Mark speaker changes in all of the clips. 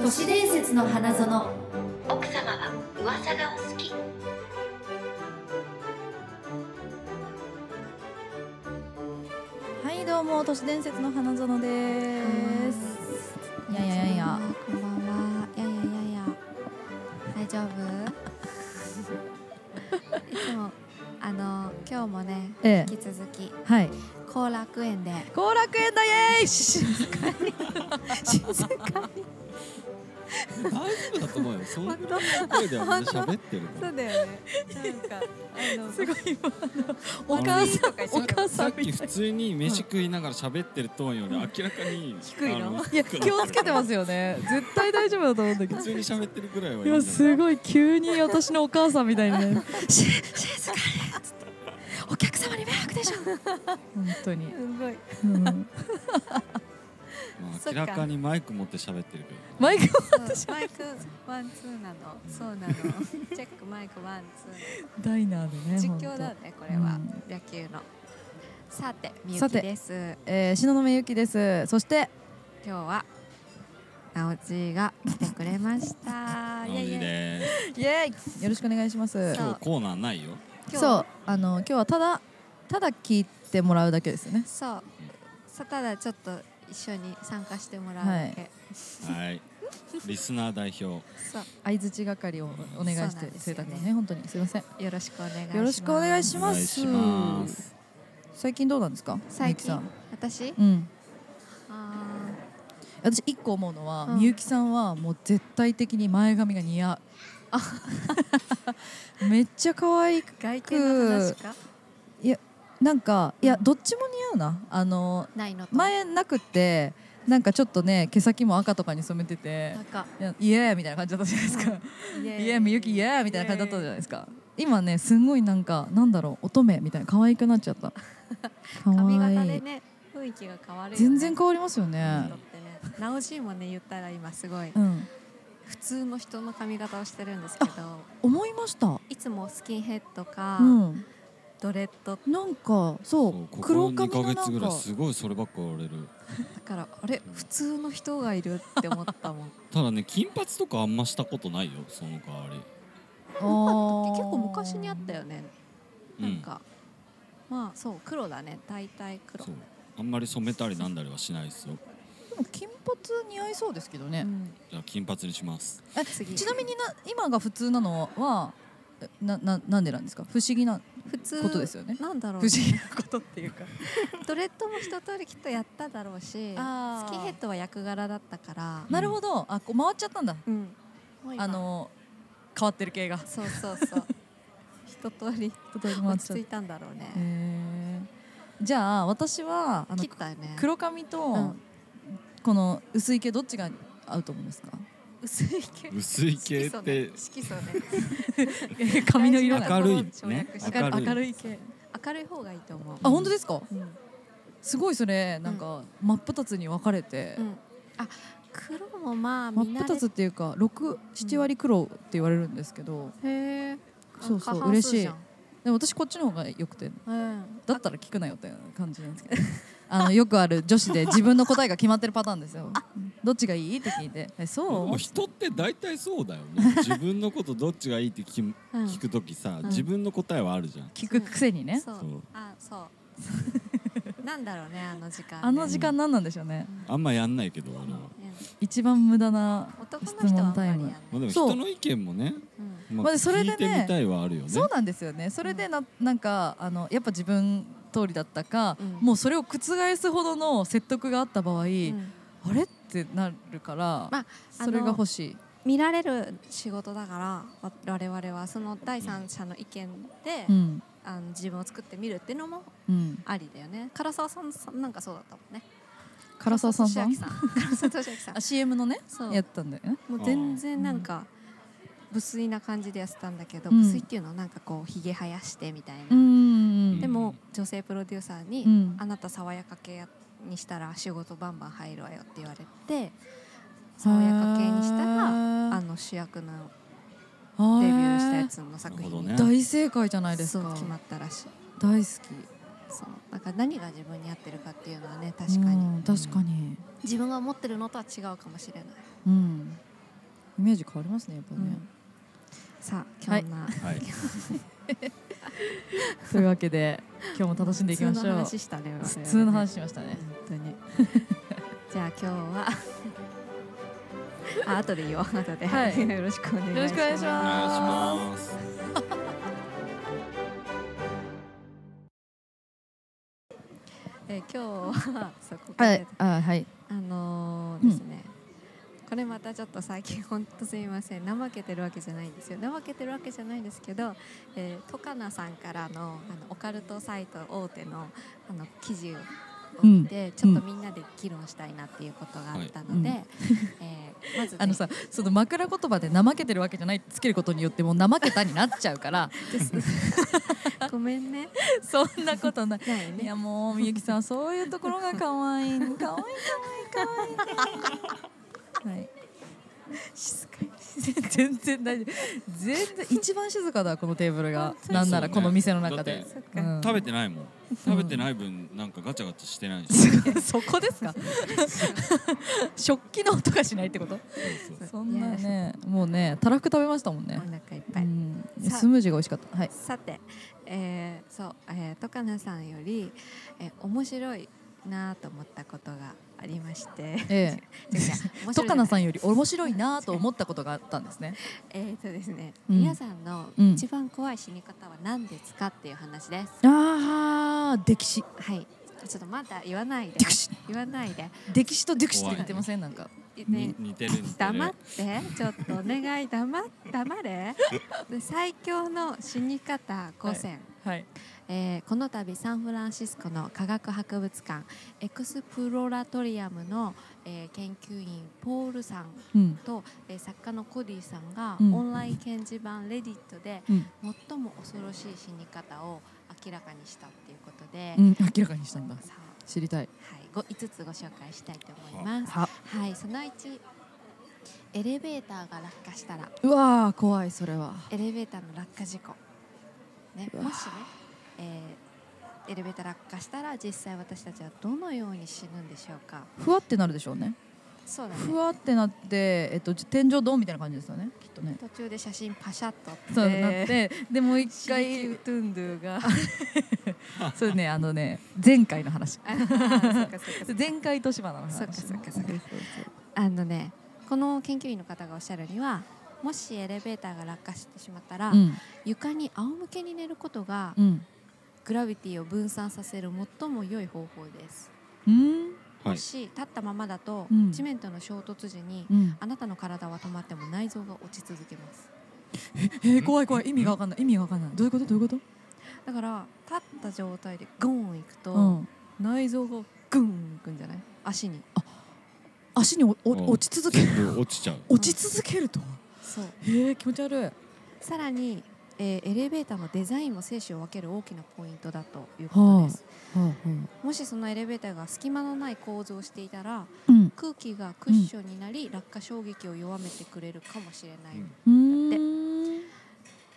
Speaker 1: 都市伝説の花園
Speaker 2: 奥様は噂がお好き
Speaker 3: はいどうも都市伝説の花園ですいやいやいやいや
Speaker 4: こんばんは。いやいやいやいや。大丈夫？いつもあの今日もね
Speaker 3: ええ
Speaker 4: 引き続き
Speaker 3: はい
Speaker 4: 後楽園で
Speaker 3: 後楽園だイエーイ静かに静かに
Speaker 5: 大丈夫だと思うよ。そんな声で私喋ってる
Speaker 3: そ
Speaker 5: の。
Speaker 3: うだよねなんかあのすごい今
Speaker 5: お母さん
Speaker 3: お母
Speaker 5: さ
Speaker 3: さん
Speaker 5: っ
Speaker 3: み
Speaker 5: き
Speaker 3: た
Speaker 5: 普
Speaker 3: い
Speaker 5: 通に飯食いながら喋ってるトーンより明らかに低いの。
Speaker 3: いや気をつけてますよね絶対大丈夫だと思うんだけど
Speaker 5: 普通に喋ってるぐらいは い
Speaker 3: い
Speaker 5: いん
Speaker 3: や
Speaker 5: じゃない
Speaker 3: すごい急に私のお母さんみたいに ねし静かにつってお客様に迷惑でしょ本当に、
Speaker 4: ごい
Speaker 3: うん
Speaker 5: まあ
Speaker 4: そっ
Speaker 5: 明
Speaker 4: から
Speaker 5: かにマイク持って喋ってるけど。
Speaker 3: マイク
Speaker 4: マイクワンツーなの。そうなの。チェックマイクワンツ
Speaker 3: ダイナーでね
Speaker 4: ー。実況だねこれは野球の。さてみゆきです。
Speaker 3: えー、篠宮ゆきですそして
Speaker 4: 今日は。なおじいが来てくれました。
Speaker 5: なの
Speaker 4: イエイイエイ
Speaker 5: でね
Speaker 3: イエーイよろしくお願いします
Speaker 4: そ
Speaker 5: 今
Speaker 4: う
Speaker 5: 日コーナーないよ。
Speaker 4: 今日
Speaker 3: そうあの今日はただただ聞いてもらうだけですよね
Speaker 4: そう。さただちょっと一緒に参加してもらうだけ。
Speaker 5: はい。リスナー代表。
Speaker 4: そう。
Speaker 3: 相槌係をお願い
Speaker 4: そうなん
Speaker 3: して
Speaker 4: ですよね
Speaker 3: 生徒君ね本当にすいませんよ
Speaker 4: よろしくお願いします。
Speaker 3: ろしくお願いし
Speaker 5: お
Speaker 3: ま
Speaker 5: 願い
Speaker 3: す
Speaker 5: します。
Speaker 3: 最近どうなんですか
Speaker 4: 最
Speaker 3: み
Speaker 4: 近
Speaker 3: ゆき
Speaker 4: 私
Speaker 3: さんうん
Speaker 4: あ
Speaker 3: 私一個思うのは、
Speaker 4: うん
Speaker 3: みゆきさんはもう絶対的に前髪が似合 うめっちゃ可愛い
Speaker 4: ー外見の話か
Speaker 3: なんかいやどっちも似合うなあの
Speaker 4: ないのと
Speaker 3: 前なくってなんかちょっとね毛先も赤とかに染めてて
Speaker 4: なんか
Speaker 3: いやイエーイみたいな感じだったじゃないですか
Speaker 4: イ
Speaker 3: イ
Speaker 4: エーイ
Speaker 3: エーイみゆきイエーイみたいな感じだったじゃないですか今ねすごいなんかなんだろう乙女みたいな可愛くなっちゃった 可
Speaker 4: 髪
Speaker 3: 愛
Speaker 4: 型
Speaker 3: い
Speaker 4: でね雰囲気が変わるよね。
Speaker 3: 全然変わりますよ
Speaker 4: わ
Speaker 3: ね
Speaker 4: る。直しもね言ったら今すごい
Speaker 3: うん
Speaker 4: 普通の人の髪型をしてるんですけど
Speaker 3: 思いました。
Speaker 4: いつもスキンヘッドか
Speaker 3: うん
Speaker 4: ドレッドだ
Speaker 3: なんかそ
Speaker 5: そう
Speaker 3: う
Speaker 5: ここ
Speaker 3: 黒
Speaker 5: 二
Speaker 3: 髪
Speaker 5: ヶ
Speaker 3: のな
Speaker 5: 月ぐ
Speaker 3: ん
Speaker 5: らい
Speaker 3: か
Speaker 5: すごいそればっか言われる。
Speaker 4: からあれ普通の人がいるって思ったもん
Speaker 5: ただね金髪とかあんましたことないよ。その代わ
Speaker 4: 結
Speaker 3: 結
Speaker 4: 構昔にあったよね
Speaker 5: り。
Speaker 4: なん。か、まあそう黒だね大体黒
Speaker 5: そう。あんまり染めたりなんだりはしないですよ。
Speaker 3: でも金髪似合いそうですけどね
Speaker 4: う。ん
Speaker 5: じゃあ金髪にします。
Speaker 3: え
Speaker 4: 次
Speaker 3: ちなみにな今が普通なのはえなななんでなんですか不思議な
Speaker 4: 普通
Speaker 3: ことですよね
Speaker 4: なんだろう
Speaker 3: 不思議なことっていうか。
Speaker 4: ドレッドも一通りきっとやっただろうしスキン
Speaker 3: あー
Speaker 4: ヘッドは役柄だったから、
Speaker 3: なるほどあこう回っちゃったんだ。
Speaker 4: うん、もう今
Speaker 3: あの変わってる系が。
Speaker 4: そうそう そう一通り
Speaker 3: 回
Speaker 4: 落
Speaker 3: っち
Speaker 4: ち
Speaker 3: ゃっ
Speaker 4: 着
Speaker 3: た
Speaker 4: い。たんだろうね、
Speaker 3: へーじゃあ私はあの
Speaker 4: 切ったよね
Speaker 3: 黒髪と、
Speaker 4: うん
Speaker 3: この薄い毛どっちが合うと思いますか
Speaker 4: 薄い系
Speaker 5: 薄い系って
Speaker 4: 色素ね
Speaker 3: 髪の色
Speaker 4: 大事
Speaker 3: が
Speaker 4: な
Speaker 5: 明るいね
Speaker 4: 明
Speaker 5: 明るい
Speaker 3: 明るい系
Speaker 4: 明るい方がいいと思う
Speaker 3: あ本当ですか
Speaker 4: うん
Speaker 3: すごいそれなんか、真っ二つに分かれて、
Speaker 4: うんあ黒もまあ見
Speaker 3: 真っ
Speaker 4: 慣
Speaker 3: 二
Speaker 4: れ
Speaker 3: つっていうか67割黒って言われるんですけど、
Speaker 4: へえ
Speaker 3: そうそう嬉しいでも私こっちの方がよくて
Speaker 4: うん
Speaker 3: だったら聞くなよって感じなんです けどあのよくある女子で自分の答えが決まってるパターンですよどっちがいいって聞いてえそ
Speaker 5: もう
Speaker 3: う
Speaker 5: 人って大体そうだよね自分のことどっちがいいって聞き
Speaker 4: うん
Speaker 5: 聞く時さ、
Speaker 4: ん
Speaker 5: 自分の答えはあるじゃん
Speaker 3: 聞くくせにね
Speaker 4: そう
Speaker 5: そう
Speaker 4: あそうなんだろうね あの時間ね
Speaker 3: あの時間何なんでしょうね
Speaker 5: あんまやんないけどあれは、
Speaker 4: うん
Speaker 3: 一番無駄な
Speaker 4: 男の
Speaker 3: 質
Speaker 4: 人はあんま
Speaker 3: 問
Speaker 4: り
Speaker 3: タ
Speaker 4: や
Speaker 3: イ
Speaker 4: んない、
Speaker 3: ム
Speaker 5: まあ、でも
Speaker 3: そう
Speaker 5: 人の意見もね、
Speaker 4: うん
Speaker 5: まあ
Speaker 3: まあそれでね
Speaker 5: 聞いてみたいはあるよね
Speaker 3: そうなんですよねそれでななんかあのやっぱ自分通りだったか、
Speaker 4: うん
Speaker 3: もうそれを覆すほどの説得があった場合、
Speaker 4: うん
Speaker 3: あれってなるから、
Speaker 4: まあ
Speaker 3: それが欲しい
Speaker 4: 見られる仕事だから我々はその第三者の意見で、
Speaker 3: うん
Speaker 4: あの自分を作ってみるっていうのも
Speaker 3: うん
Speaker 4: ありだよね唐沢さんさんなんかそうだったもんね
Speaker 3: 唐沢さんさん
Speaker 4: 俊明唐沢俊明さん
Speaker 3: あ CM のね
Speaker 4: そう
Speaker 3: やったんだよね
Speaker 4: もう全然なんか無粋な感じでやってたんだけど、
Speaker 3: うん
Speaker 4: 無粋っていうのはなんかこうひげ生やしてみたいな、
Speaker 3: ん
Speaker 4: でも女性プロデューサーに、
Speaker 3: うん
Speaker 4: あなた爽やか系にしたら仕事バンバン入るわよって言われて爽やか系にしたらあ
Speaker 3: ら
Speaker 4: の主役の
Speaker 3: の
Speaker 4: デビューしたやつの作品に
Speaker 5: なるほどね
Speaker 3: 大正解じゃないです
Speaker 4: そう
Speaker 3: か
Speaker 4: 決まったらしい
Speaker 3: 大好き
Speaker 4: そうだから何が自分に合ってるかっていうのはね確かに
Speaker 3: うん確かに、
Speaker 4: 自分が思ってるのとは違うかもしれない、
Speaker 3: うん、イメージ変わりますねやっぱ
Speaker 4: う
Speaker 3: ね、
Speaker 4: ん、さあ今日の、
Speaker 5: はい。
Speaker 3: というわけで今日も楽しんでいきましょ
Speaker 4: 普通の
Speaker 3: う
Speaker 4: 話したね
Speaker 3: 普通の話しましたね
Speaker 4: 本当にじゃあ今日は あ後で言おう後で、
Speaker 3: はい
Speaker 4: よろしくお願いします
Speaker 3: よろしくお願いし
Speaker 5: お
Speaker 3: ま
Speaker 5: 願いします。
Speaker 4: えー今日 はそうここで、
Speaker 3: はいあはい
Speaker 4: あのーですね、これまたちょっと最近本当すみません怠けてるわけじゃないんですよ怠けてるわけじゃないんですけど、えー、トカナさんからのあのオカルトサイト大手のあの記事を見て、ちょっとみんなで議論したいなっていうことがあったので、
Speaker 3: は
Speaker 4: えーまず、ね、
Speaker 3: あのさ その枕言葉で怠けてるわけじゃないってつけることによってもう怠けたになっちゃうから
Speaker 4: ごめんね
Speaker 3: そんなことない
Speaker 4: ない
Speaker 3: い
Speaker 4: ね
Speaker 3: やもうみゆきさんそういうところが可愛 い可愛い可愛い可愛いはい静かに全然大丈夫全然一番静かだこのテーブルがなんならこの店の中で、
Speaker 5: そう
Speaker 4: ね
Speaker 3: う
Speaker 4: だ
Speaker 3: ん
Speaker 5: 食べてないもん。食べてない分なんかガチャガチャしてない し。
Speaker 3: そこですか 食器の音がしないってこと
Speaker 5: そう そう
Speaker 3: そんなねもうねたらふく食べましたもん
Speaker 4: お
Speaker 3: ね、
Speaker 4: 腹いっぱい、
Speaker 3: うん
Speaker 4: さ
Speaker 3: スムージーが美味しかったはい
Speaker 4: さて、えーそう、えー、トカナさんより、えー面白いなと思ったことがありま して、
Speaker 3: え
Speaker 4: 違う違う面白いじゃない
Speaker 3: トカナさんより面白いなと思ったことがあったんですね。
Speaker 4: えーとですね、
Speaker 3: うん
Speaker 4: 皆さんの
Speaker 3: うん
Speaker 4: 一番怖い死に方は何ですかっていう話です。
Speaker 3: ああ、歴史、
Speaker 4: はい、ちょっとまだ言わないで
Speaker 3: 歴、史、
Speaker 4: 言わないで、
Speaker 3: 歴史と歴史って似てませんなんか。
Speaker 4: ね
Speaker 5: に、似てる似て
Speaker 4: 黙っ
Speaker 5: る。
Speaker 4: て、ちょっとお願い黙っ黙れ。で最強の死に方5選。
Speaker 3: はい。
Speaker 4: えーこの度サンフランシスコの科学博物館エクスプロラトリアムの、えー研究員ポールさん
Speaker 3: うん。
Speaker 4: と、えー作家のコディさんが、
Speaker 3: うん
Speaker 4: オンライン掲示板レディットで
Speaker 3: うん。
Speaker 4: 最も恐ろしい死に方を明らかにしたっていうことで、
Speaker 3: うん、明らかにしたんだ。
Speaker 4: さあ
Speaker 3: 知りたい。
Speaker 4: はい、ご5つご紹介したいと思います。
Speaker 3: は。
Speaker 4: はい、その1エレベーターが落下したら
Speaker 3: うわー、怖いそれは。
Speaker 4: エレベーターの落下事故、ね、
Speaker 3: うわ
Speaker 4: もしね、えーエレベーター落下したら実際私たちはどのように死ぬんでしょうか
Speaker 3: ふわってなるでしょうね。
Speaker 4: そうだね
Speaker 3: ふわってなって、えっと天井ドンみたいな感じですよね。きっとね。
Speaker 4: 途中で写真パシャッと撮って
Speaker 3: そうなって、でもう一
Speaker 4: シーキ
Speaker 3: 回
Speaker 4: ュー、トゥンドゥが
Speaker 3: そうね、あのね、前回の話。
Speaker 4: あーそっ かそっかそっか
Speaker 3: 前回としばの話。
Speaker 4: そっかそっかそっか
Speaker 3: そう
Speaker 4: あのねこの研究員の方がおっしゃるにはもしエレベーターが落下してしまったら、
Speaker 3: そううん。
Speaker 4: 床に仰向けに寝ることが
Speaker 3: うん。
Speaker 4: グラビティを分散させる最も良い方法です、
Speaker 3: うん。
Speaker 5: は
Speaker 4: も
Speaker 5: い。
Speaker 4: し立ったままだと、
Speaker 3: うん
Speaker 4: 地面との衝突時に
Speaker 3: うん。
Speaker 4: あなたの体は止まっても内臓が落ち続けます
Speaker 3: えー、怖い怖い意味がわかんない意味がわかんないどういうことどういうこと
Speaker 4: だから立った状態でゴーン行くと、
Speaker 3: うん
Speaker 4: 内臓がグーン行くんじゃない足に
Speaker 3: 足にお
Speaker 5: うん
Speaker 3: お落ち続ける
Speaker 5: 落ちちゃう。
Speaker 3: 落ち続けると
Speaker 4: そう
Speaker 3: へえ気持ち悪い
Speaker 4: さらに、えーエレベーターのデザインも生死を分ける大きなポイントだということです、もしそのエレベーターが隙間のない構造をしていたら
Speaker 3: うん
Speaker 4: 空気がクッションになり、落下衝撃を弱めてくれるかもしれない、
Speaker 5: うん
Speaker 3: うん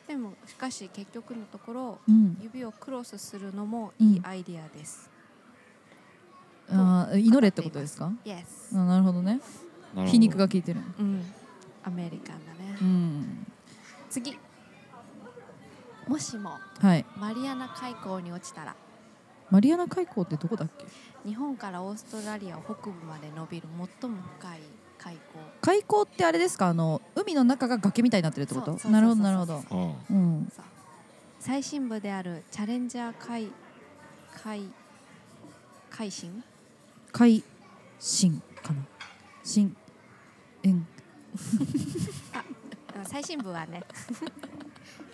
Speaker 4: でもしかし結局のところ
Speaker 3: うん
Speaker 4: 指をクロスするのもいいアイディアです、
Speaker 3: あー祈れってことですか
Speaker 4: Yes
Speaker 3: あなるほどね
Speaker 5: なるほど
Speaker 3: 皮肉が効いてる
Speaker 4: うん、アメリカンだね、
Speaker 3: うん
Speaker 4: 次もしも
Speaker 3: はい
Speaker 4: マリアナ海溝に落ちたら
Speaker 3: マリアナ海溝ってどこだっけ
Speaker 4: 日本からオーストラリア北部まで伸びる最も深い海溝
Speaker 3: 海溝ってあれですかあの海の中が崖みたいになってるってこ
Speaker 4: そうそう
Speaker 3: と
Speaker 4: そうそう
Speaker 3: なるほどなるほど
Speaker 5: あ
Speaker 3: うん
Speaker 4: さあ最深部であるチャレンジャー海海海進
Speaker 3: 海進かな進円
Speaker 4: あ最深部は ね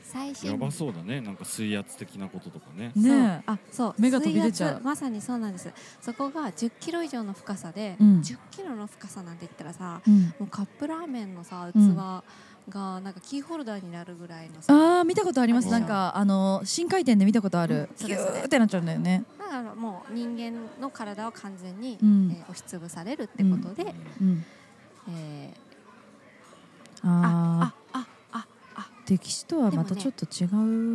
Speaker 4: 最
Speaker 5: あ。や
Speaker 4: 深部
Speaker 5: ばそうだね。なんか水圧的なこととかね。
Speaker 3: ねえ
Speaker 4: あそう
Speaker 3: 目が飛び出ちゃう
Speaker 4: 水圧まさにそうなんですそこが1 0キロ以上の深さで、
Speaker 3: うん
Speaker 4: 1 0キロの深さなんて言ったらさ
Speaker 3: うん
Speaker 4: もうカップラーメンのさ器
Speaker 3: うん
Speaker 4: がなんかキーホルダーになるぐらいのさ、
Speaker 3: あー見たことあります
Speaker 5: あ
Speaker 3: な
Speaker 5: る
Speaker 3: ん
Speaker 5: でしょ
Speaker 3: かあの深回転で見たことある、
Speaker 4: うんそう
Speaker 3: ギ
Speaker 4: で
Speaker 3: ュ
Speaker 4: すね
Speaker 3: ーってなっちゃうんだよね
Speaker 4: だからもう人間の体は完全に、
Speaker 3: うん
Speaker 4: えー押しつぶされるってことで、
Speaker 5: うん
Speaker 3: うん
Speaker 4: えーあ
Speaker 3: あ
Speaker 4: ああああ
Speaker 3: 歴史とはまたちょっと違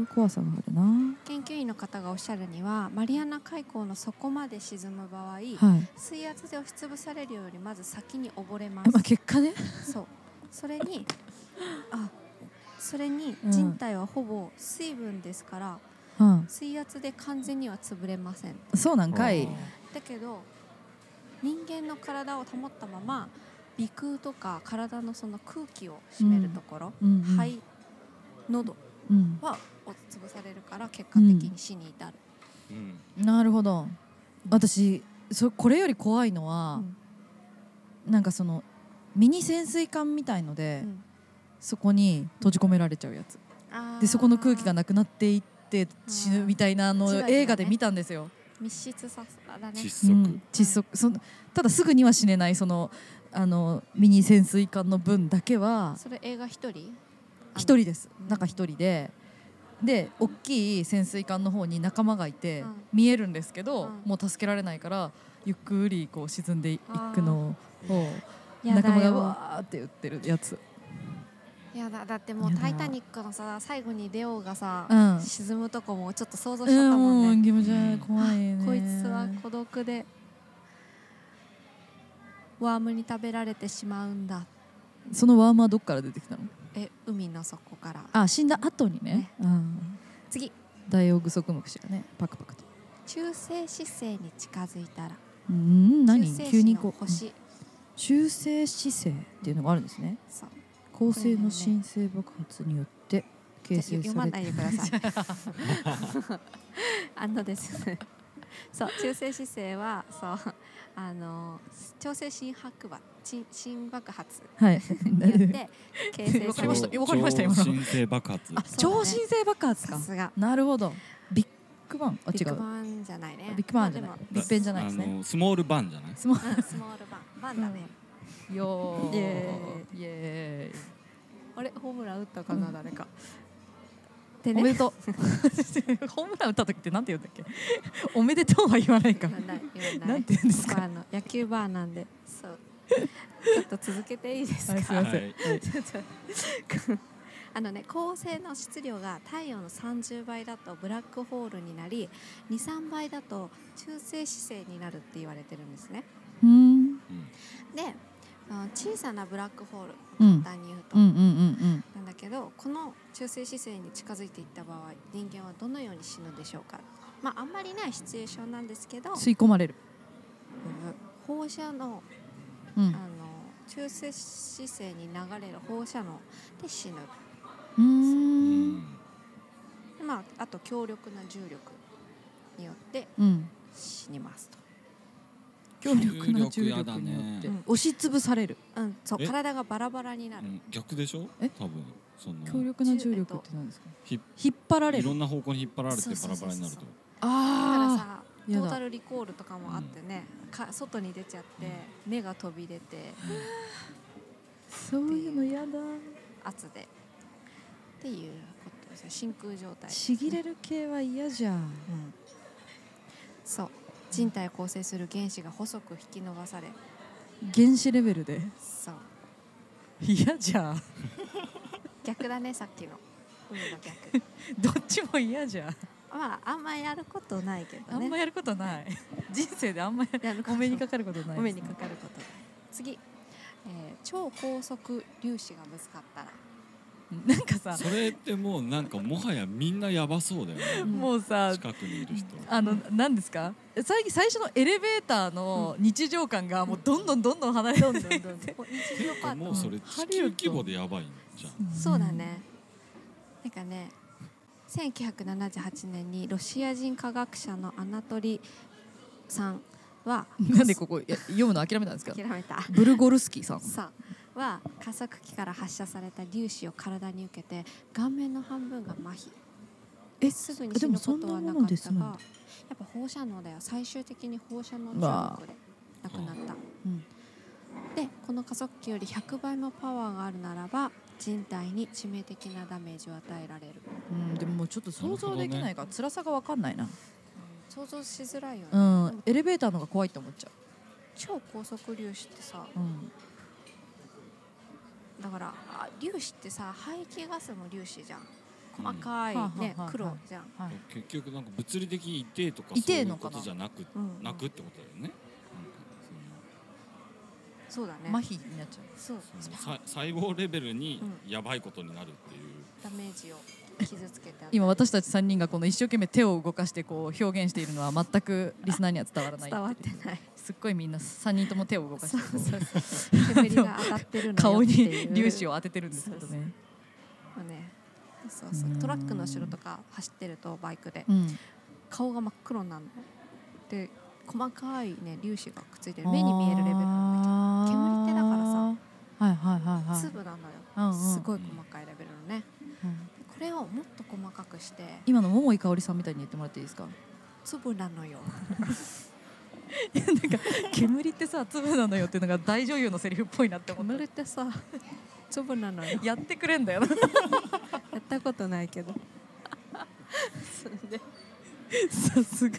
Speaker 3: う怖さがあるな、
Speaker 4: 研究員の方がおっしゃるにはマリアナ海溝の底まで沈む場合、
Speaker 3: はい
Speaker 4: 水圧で押しつぶされるよりまず先に溺れま
Speaker 3: あ
Speaker 4: す
Speaker 3: まあ、結果ね
Speaker 4: そうそれ にあそれに
Speaker 3: うん
Speaker 4: 人体はほぼ水分ですから、
Speaker 3: うん
Speaker 4: 水圧で完全には潰れません
Speaker 3: そうなんかい
Speaker 4: だけど人間の体を保ったまま鼻腔とか体のその空気を占めるところ、
Speaker 3: うんうん
Speaker 4: 肺喉
Speaker 3: うん
Speaker 4: は押しつぶされるから結果的に死に至る、
Speaker 5: うん
Speaker 3: なるほど私そこれより怖いのは、なんかそのミニ潜水艦みたいので、
Speaker 4: うん
Speaker 3: そこに閉じ込められちゃうやつでそこの空気が
Speaker 4: な
Speaker 3: なくなっていって死ぬみたいなの
Speaker 4: じわじわ
Speaker 3: を
Speaker 4: ね
Speaker 3: 映画で見たんですよ、
Speaker 4: 密室さだね
Speaker 5: 窒
Speaker 3: う
Speaker 5: 息、
Speaker 3: ん、窒息そのただすぐには死ねないそのあのミニ潜水艦の分だけは
Speaker 4: それ映画一人あの
Speaker 3: 一人です
Speaker 4: うん
Speaker 3: 中一人でで大きい潜水艦の方に仲間がいて、
Speaker 4: うん
Speaker 3: 見えるんですけど、
Speaker 4: うん
Speaker 3: もう助けられないからゆっくりこう沈んでいくのを
Speaker 4: や
Speaker 3: 仲間
Speaker 4: だ
Speaker 3: が
Speaker 4: よ
Speaker 3: わーって言ってるやつ、
Speaker 4: やだだってもう
Speaker 3: やだ
Speaker 4: タイタニック」のさ最後にレオがさ、
Speaker 3: うん
Speaker 4: 沈むとこもちょっと想像しちゃ
Speaker 3: う
Speaker 4: っ
Speaker 3: ん
Speaker 4: たもん
Speaker 3: も
Speaker 4: ね、
Speaker 3: う気持ち悪い怖いね
Speaker 4: こいつは孤独でワームに食べられてしまうんだ
Speaker 3: そのワーマーどっから出てきたの
Speaker 4: え海の底から
Speaker 3: あ死んだ後にね
Speaker 4: ね
Speaker 3: うん、
Speaker 4: 次
Speaker 3: ダイオウグソクムクシがねパクパクと
Speaker 4: 中性子星に近づいたら
Speaker 3: うん
Speaker 4: 中
Speaker 3: 何
Speaker 4: 性
Speaker 3: 急
Speaker 4: 子
Speaker 3: に
Speaker 4: の
Speaker 3: こううん
Speaker 4: 星
Speaker 3: 中性子星っていうのがあるんですね
Speaker 4: そう
Speaker 3: 恒星の新星爆発によって形
Speaker 4: じゃ
Speaker 3: 成
Speaker 4: 読
Speaker 3: さ
Speaker 4: ま
Speaker 3: れ
Speaker 4: な
Speaker 3: た
Speaker 4: いでください あのですねそう中性子星はそうあの超性新白馬新新爆発
Speaker 3: はい
Speaker 4: によって形成
Speaker 3: わ
Speaker 4: され
Speaker 3: かりま
Speaker 4: る
Speaker 3: したわかりました今の
Speaker 5: 超新星爆発
Speaker 3: あ超新星爆発
Speaker 4: さ
Speaker 3: か
Speaker 4: すが
Speaker 3: なるほどビッグバンあ
Speaker 4: ビ
Speaker 3: 違
Speaker 4: ッグ
Speaker 3: う
Speaker 4: バンじゃないね
Speaker 3: ビッグバンじゃない
Speaker 4: まあでも
Speaker 3: ビッペンじゃないですね
Speaker 5: あのスモールバンじゃない
Speaker 3: スモ
Speaker 4: うんスモールバンバンだね、
Speaker 3: よ
Speaker 4: イ
Speaker 3: ーイエーイ
Speaker 4: あれホームラン打ったかな、誰か
Speaker 3: お
Speaker 4: で
Speaker 3: め
Speaker 4: ね
Speaker 3: でと うホームラン打った時ってなんて言うんだっけおめでとうは言わないか
Speaker 4: 言わない言わな
Speaker 3: ないんて言うんです
Speaker 4: ここ
Speaker 3: か
Speaker 4: あの野球バーなんでそうちょっと続けていいです
Speaker 3: は
Speaker 4: か
Speaker 3: いすいません、はい
Speaker 4: あのね恒星の質量が太陽の30倍だとブラックホールになり23倍だと中性子星になるって言われてるんですね
Speaker 3: うん
Speaker 4: であの小さなブラックホール
Speaker 3: うん
Speaker 4: 簡単に言うと、
Speaker 3: うんうんうん
Speaker 4: なんだけどこの中性子星に近づいていった場合人間はどのように死ぬでしょうかまああんまりないシチュエーションなんですけど
Speaker 3: うん吸い込まれる
Speaker 4: 放射能あ
Speaker 3: うん
Speaker 4: の中性子星に流れる放射能で死ぬ
Speaker 3: うー
Speaker 5: うんん
Speaker 4: まああと強力な重力によって
Speaker 3: うん
Speaker 4: 死にますと。
Speaker 3: 強力な重
Speaker 5: 重力やだ
Speaker 3: 力によ
Speaker 5: ね
Speaker 3: って
Speaker 4: うん
Speaker 3: 押しつぶされる
Speaker 4: うん、そう
Speaker 5: え
Speaker 4: 体がバラバラにな
Speaker 5: う
Speaker 4: る。
Speaker 5: ん逆でしょ
Speaker 3: え
Speaker 5: 多分その
Speaker 3: 強力な重力って何ですか
Speaker 5: ひ
Speaker 3: 引っ張られ
Speaker 5: いろ
Speaker 3: る
Speaker 5: んな方向に引っ張られて
Speaker 4: そう
Speaker 5: バ
Speaker 4: そう
Speaker 5: ラ
Speaker 4: そ
Speaker 5: バ
Speaker 4: う
Speaker 5: ラ
Speaker 4: そう
Speaker 5: になると
Speaker 4: だから
Speaker 3: あ
Speaker 4: さ、ト
Speaker 3: やだ
Speaker 4: ータルリコールとかもあってね、か外に出ちゃって目が飛び出て
Speaker 3: あそういうのやだ
Speaker 4: 圧でっていうことですよ。真空状態。
Speaker 3: ちぎれる系は嫌じゃん
Speaker 4: そう。人体を構成する原子が細く引き伸ばされ、
Speaker 3: 原子レベルで
Speaker 4: そう。
Speaker 3: 嫌じゃん
Speaker 4: 逆だねさっきの海の逆。
Speaker 3: どっちも嫌じゃん
Speaker 4: まああんまやることないけどね。
Speaker 3: あんまやることない人生であん ま
Speaker 4: やること
Speaker 3: お目にかかることないですね
Speaker 4: お目にかかることない。次、えー超高速粒子がぶつかったら。
Speaker 3: なんかさ
Speaker 5: それってもうなんかもはやみんなやばそうだよね
Speaker 3: もうさ
Speaker 5: 近くにいる人
Speaker 3: あの何ですか最近最初のエレベーターの日常感がもうどんどんどんどん離れて
Speaker 4: どんどんどんどん。日常パート
Speaker 5: もうそれ地球規模でやばいんじゃん
Speaker 4: そうだね。なんかね、1978年にロシア人科学者のアナトリさんは
Speaker 3: なんでここいや読むの諦めたんですか
Speaker 4: 諦めた。
Speaker 3: ブルゴルスキーさん
Speaker 4: さあは加速器から発射された粒子を体に受けて顔面の半分が麻痺
Speaker 3: え
Speaker 4: すぐに死ぬことはなか
Speaker 3: でもそんなもの
Speaker 4: っ
Speaker 3: で
Speaker 4: た
Speaker 3: 済む
Speaker 4: が
Speaker 3: んだ
Speaker 4: やっぱ放射能だよ最終的に放射能中
Speaker 3: わあ
Speaker 4: 毒で亡くなった、
Speaker 3: うん
Speaker 4: でこの加速器より100倍もパワーがあるならば人体に致命的なダメージを与えられる、
Speaker 3: うんでももうちょっと想像できないから辛さがわかんないな
Speaker 4: 想像しづらいよね、
Speaker 3: うんエレベーターの方が怖いって思っちゃ
Speaker 4: 超高速粒子ってさ
Speaker 3: ううん
Speaker 4: だからあ粒子ってさ排気ガスも粒子じゃん細かい
Speaker 3: はあはあ
Speaker 4: ね
Speaker 3: はあ
Speaker 4: 黒じゃん、
Speaker 3: はい
Speaker 5: 結局なんか物理的痛いとか
Speaker 3: 痛
Speaker 5: そう
Speaker 3: え
Speaker 5: いう
Speaker 3: のか
Speaker 5: こ
Speaker 3: な
Speaker 5: とじゃなく
Speaker 4: うんうん
Speaker 5: なくってことだよね。
Speaker 4: そうだね
Speaker 3: 麻痺になっちゃ
Speaker 4: そう
Speaker 5: なんかそのそのさ細胞レベルにやばいことになるっていう。
Speaker 4: ダメージを傷つけてあげる
Speaker 3: 今私たち3人がこの一生懸命手を動かしてこう表現しているのは全くリスナーには伝わらない
Speaker 4: 伝わってない
Speaker 3: すっごいみんな3人とも手を動かしてこう
Speaker 4: 煙が当たってるのよ
Speaker 3: 顔
Speaker 4: って
Speaker 3: に
Speaker 4: いう
Speaker 3: 粒子を当ててるんですけどね。
Speaker 4: まあねそうそう
Speaker 3: うん
Speaker 4: トラックの後ろとか走ってるとバイクで
Speaker 3: うん
Speaker 4: 顔が真っ黒になるので細かいね粒子がくっついてる目に見えるレベルの煙ってだからさ
Speaker 3: さ。はいはいはいはい。
Speaker 4: 粒なのよ、
Speaker 3: うんうん
Speaker 4: すごい細かいレベルのね
Speaker 3: う
Speaker 4: で
Speaker 3: ん
Speaker 4: これをもっと細かくして
Speaker 3: 今の桃井かおりさんみたいに言ってもらっていいですか。
Speaker 4: 粒なのよ
Speaker 3: なんか煙ってさ粒なのよっていうのが大女優のセリフっぽいなって思っ
Speaker 4: れてさ 粒なのよ
Speaker 3: た。やってくれんだよな。
Speaker 4: やったことないけど
Speaker 3: さすが。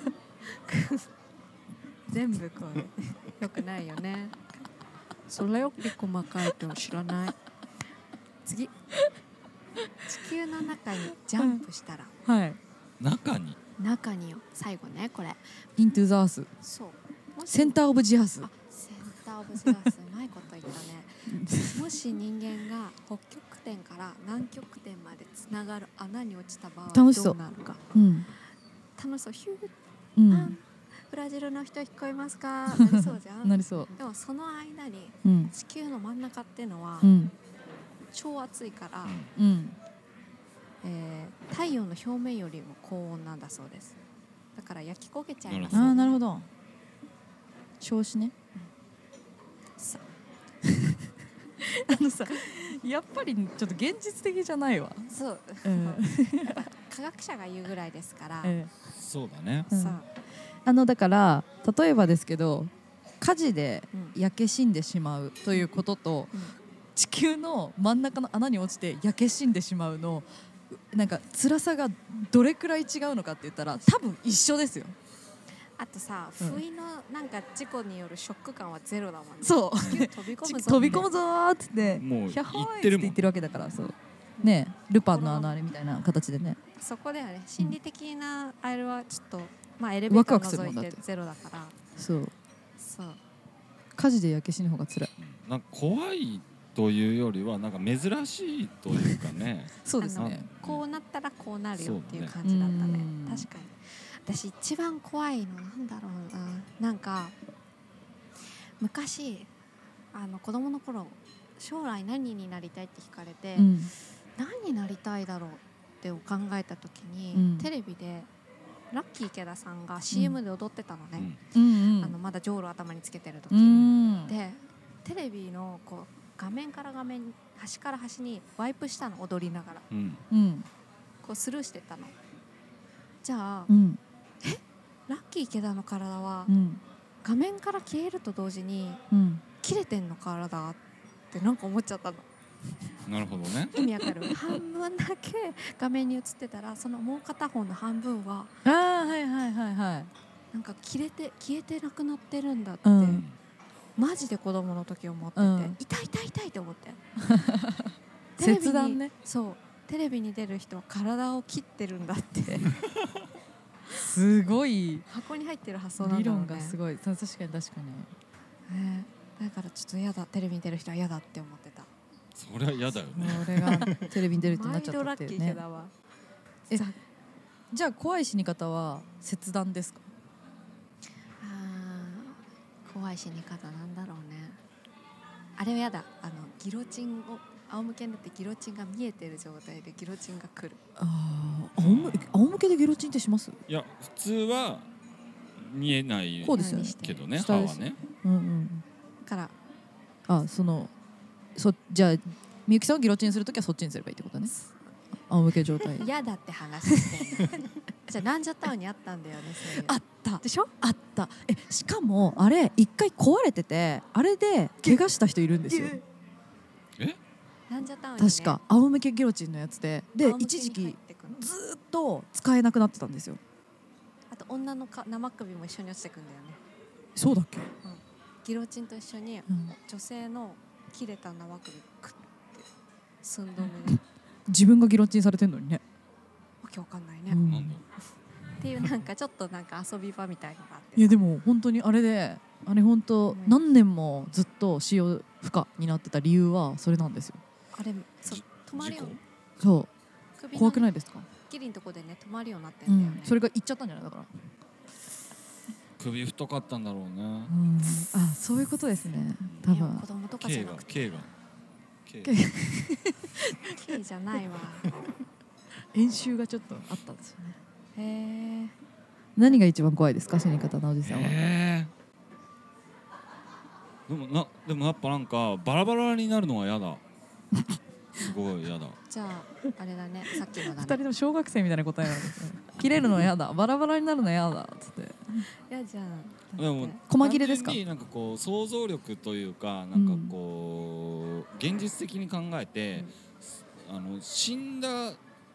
Speaker 4: 全部こ うよくないよねそれより細かいと知らない次地球の中にジャンプしたら
Speaker 3: はい。
Speaker 5: 中に
Speaker 4: 中によ最後ねこれ
Speaker 3: イントゥザース。
Speaker 4: そうもし
Speaker 3: センターオブジアス。
Speaker 4: あセンターオブジアスうまいこと言った ねもし人間が北極点から南極点までつながる穴に落ちた場合ど
Speaker 3: 楽しそう
Speaker 4: うなるか
Speaker 3: うん。
Speaker 4: 楽しそうヒュー
Speaker 3: う
Speaker 4: あ
Speaker 3: ん。
Speaker 4: ブラジルの人聞こえますかなりそうじゃん
Speaker 3: なりそう。
Speaker 4: でもその間に
Speaker 3: うん。
Speaker 4: 地球の真ん中っていうのは
Speaker 3: うん。
Speaker 4: 超暑いから、
Speaker 3: うん。
Speaker 4: えー太陽の表面よりも高温なんだそうですだから焼き焦げちゃいま
Speaker 3: あ
Speaker 4: す
Speaker 3: あなるほど。調子ね。
Speaker 4: さ
Speaker 3: あのさやっぱりちょっと現実的じゃないわ。
Speaker 4: そう
Speaker 3: うん。
Speaker 4: 科学者が言うぐらいですから、
Speaker 3: ええ
Speaker 5: そうだね。
Speaker 3: うん
Speaker 4: さ
Speaker 3: あのだから例えばですけど火事で
Speaker 4: うん
Speaker 3: 焼け死んでしまうということと、
Speaker 4: うん
Speaker 3: 地球の真ん中の穴に落ちて焼け死んでしまうのうなんか辛さがどれくらい違うのかって言ったら多分一緒ですよ
Speaker 4: あとさ
Speaker 3: うん
Speaker 4: 不意のなんか事故によるショック感はゼロだもんね
Speaker 3: そう
Speaker 4: 地球飛び込むぞ
Speaker 3: 飛び込むぞーっつって
Speaker 5: もう
Speaker 3: ひゃほーい
Speaker 5: 言っ
Speaker 3: ってて
Speaker 5: るもん
Speaker 3: 言ってるわけだからそうねえルパンのあのあれみたいな形でね
Speaker 4: そこだよね心理的なあれはちょっと、まあエレベータ
Speaker 3: ワクワクする
Speaker 4: ー
Speaker 3: もんだ
Speaker 4: 除い
Speaker 3: って
Speaker 4: てゼロだから
Speaker 3: そう
Speaker 4: そう
Speaker 3: 火事で焼け死ぬ方が辛い
Speaker 5: なんか怖いというよりはなんか珍しいというかね。
Speaker 3: そうです
Speaker 4: あ
Speaker 5: の
Speaker 3: ね
Speaker 4: こうなったらこうなるよっていう
Speaker 5: そうだ
Speaker 4: 感
Speaker 5: ね
Speaker 4: じだったね
Speaker 3: うん
Speaker 4: 確かに私一番怖いのなんだろうななんか昔あの子供の頃将来何になりたいって聞かれて、
Speaker 3: うん
Speaker 4: 何になりたいだろうって考えた時に、
Speaker 3: うん
Speaker 4: テレビでラッキー池田さんが CM で踊ってたのね、
Speaker 3: うんう
Speaker 4: あの
Speaker 3: ん
Speaker 4: まだジョール頭につけてる時、
Speaker 3: うん
Speaker 4: でテレビのこう画面から画面端から端にワイプしたの踊りながら
Speaker 5: うん。
Speaker 3: うん
Speaker 4: こうスルーしてったのじゃあ
Speaker 3: うん
Speaker 4: ラッキー池田の体は
Speaker 3: うん
Speaker 4: 画面から消えると同時に
Speaker 3: うん
Speaker 4: 切れてんの体ってなんか思っちゃったの
Speaker 5: なるほどね。
Speaker 4: 意味わかる 半分だけ画面に映ってたらそのもう片方の半分は
Speaker 3: ああはいはいはいはい
Speaker 4: なんか切れて消えてなくなってるんだって、
Speaker 3: うん
Speaker 4: マジで子供の時思ってて、
Speaker 3: うん
Speaker 4: 痛い痛い痛いと思って
Speaker 3: 切断ね
Speaker 4: そうテレビに出る人は体を切ってるんだって
Speaker 3: すごい
Speaker 4: 箱に入ってる発想なん
Speaker 3: 理
Speaker 4: だろう
Speaker 3: 論
Speaker 4: ね
Speaker 3: がすごい確かに確かに
Speaker 4: ねだからちょっと嫌だテレビに出る人は嫌だって思ってた
Speaker 5: それは嫌だよね。
Speaker 3: 俺 がテレビに出るってな
Speaker 4: 毎
Speaker 3: っちゃ
Speaker 4: 度
Speaker 3: った
Speaker 4: ラ
Speaker 3: っ
Speaker 4: ッ
Speaker 3: て
Speaker 4: キ
Speaker 3: い
Speaker 4: ー
Speaker 3: う
Speaker 4: 池
Speaker 3: ね
Speaker 4: 田は
Speaker 3: え
Speaker 4: ざ
Speaker 3: じゃあ怖い死に方は切断ですか
Speaker 4: 怖い死に方なんだろうねあれは嫌だあのギロチンを仰向けになってギロチンが見えてる状態でギロチンが来る
Speaker 3: ああ仰向けでゲロチンってします
Speaker 5: いや普通は見えない
Speaker 3: こうですよね
Speaker 5: けどね歯
Speaker 3: 下で
Speaker 5: は
Speaker 3: す
Speaker 5: ね。
Speaker 3: うんうん
Speaker 4: だから
Speaker 3: あそのそじゃあみゆきさんをゲロチンするときはそっちにすればいいってことね仰向け状態
Speaker 4: 嫌だって話して んのじゃあランジャタウンにあったんだよねそういう
Speaker 3: あった
Speaker 4: でしょ
Speaker 3: あったえしかもあれ一回壊れててあれで怪我した人いるんですよ
Speaker 5: え？
Speaker 4: ランジャタウンに、ね、
Speaker 3: 確か仰向けゲロチンのやつでで
Speaker 4: 仰向けに
Speaker 3: 一時
Speaker 4: 入っ
Speaker 3: 期
Speaker 4: てくの
Speaker 3: ずーっと使えなくなってたんですよ
Speaker 4: あと女のか生首も一緒に落ちてくんだよね
Speaker 3: そうだっけ、
Speaker 4: ギロチンと一緒に
Speaker 3: うん
Speaker 4: 女性の切れた生首くっ寸止め
Speaker 3: 自分がギロチンされてんのにね、
Speaker 4: わけわかんないね、
Speaker 3: う
Speaker 4: っ
Speaker 3: ん
Speaker 5: なんだ
Speaker 4: ていうなんかちょっとなんか遊び場みたいのがあって
Speaker 3: いやでも本当にあれであれ本当
Speaker 4: ね
Speaker 3: 何年もずっと使用不可になってた理由はそれなんですよ
Speaker 4: あれそう止まるよ
Speaker 5: 事
Speaker 3: そ
Speaker 4: 首
Speaker 3: う
Speaker 4: の
Speaker 3: 怖くないいですか、
Speaker 4: ギリのとこでね止まるようになって
Speaker 3: うん
Speaker 4: だよね
Speaker 3: ん、、それがいっちゃったんじゃないだから、
Speaker 5: 首太かったんだろうね
Speaker 3: あそういうことですね多
Speaker 4: いや
Speaker 3: 分
Speaker 4: 子供とかじゃ
Speaker 5: K
Speaker 4: な
Speaker 5: が
Speaker 4: くて
Speaker 5: K が K
Speaker 3: が
Speaker 4: K じゃないわ
Speaker 3: 演習がちょっとあったんですよね
Speaker 4: へえ
Speaker 3: 何が一番怖いですか死に方直樹さんは、
Speaker 5: えーでもなでもやっぱなんかバラバラになるのは嫌だすごい嫌だ
Speaker 4: じゃああれだねさっきの
Speaker 3: 二
Speaker 4: だ
Speaker 3: 人
Speaker 4: ね
Speaker 3: の小学生みたいな答えなんですね 切れるのやだバラバラになるのやだっつって
Speaker 4: いやじゃあ
Speaker 5: でも
Speaker 3: 細切れですか
Speaker 5: 単純になんかこう想像力というかなんかこう、現実的に考えて、あの死んだ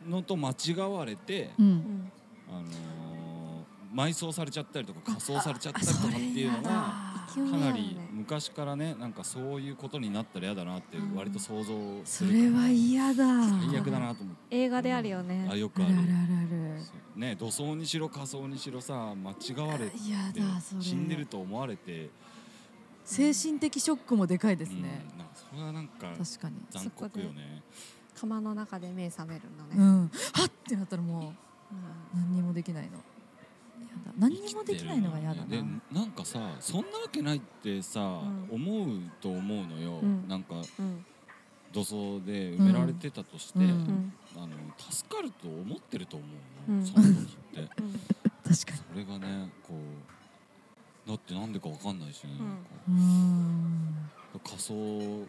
Speaker 5: のと間違われて、
Speaker 3: う
Speaker 4: うんん
Speaker 5: あのー埋葬されちゃったりとか火葬されちゃったりとかっていうのが
Speaker 4: 急に
Speaker 5: か
Speaker 4: あ
Speaker 5: な
Speaker 4: る
Speaker 5: り
Speaker 4: ね
Speaker 5: 昔からねなんかそういうことになったら嫌だなって
Speaker 4: うん
Speaker 5: 割と想像す
Speaker 3: それ
Speaker 5: る
Speaker 3: は嫌だ
Speaker 5: 最悪だなと思って
Speaker 4: 映画であるよね
Speaker 5: あよく
Speaker 3: あ
Speaker 5: あ
Speaker 3: る
Speaker 5: る
Speaker 3: あるある
Speaker 5: そうね土葬にしろ火葬にしろさ間違われて
Speaker 3: 嫌だそれ
Speaker 5: 死んでると思われて
Speaker 3: 精神的ショックもでかいですね、
Speaker 5: うん、なんかそれはなんか
Speaker 3: 確かに
Speaker 5: 残酷よね
Speaker 4: 釜の中で目覚めるの
Speaker 3: う
Speaker 4: ね、
Speaker 3: んはっってなったらも
Speaker 4: うん
Speaker 3: う何にもできないのやだ何にもできないのが嫌だな、
Speaker 5: 生きてるのにでなんかさそんなわけないってさ、
Speaker 4: ん
Speaker 5: 思うと思うのよ、
Speaker 4: うん
Speaker 5: なんか
Speaker 4: うん
Speaker 5: 土葬で埋められてたとして、
Speaker 3: うん
Speaker 4: う
Speaker 3: うん
Speaker 5: あの助かると思ってると思う
Speaker 4: う
Speaker 5: の、
Speaker 4: ん
Speaker 5: その時って
Speaker 4: うん
Speaker 3: 確かに
Speaker 5: それがねこうだってなんでかわかんないしね、
Speaker 4: うん
Speaker 3: うーん
Speaker 5: 仮想を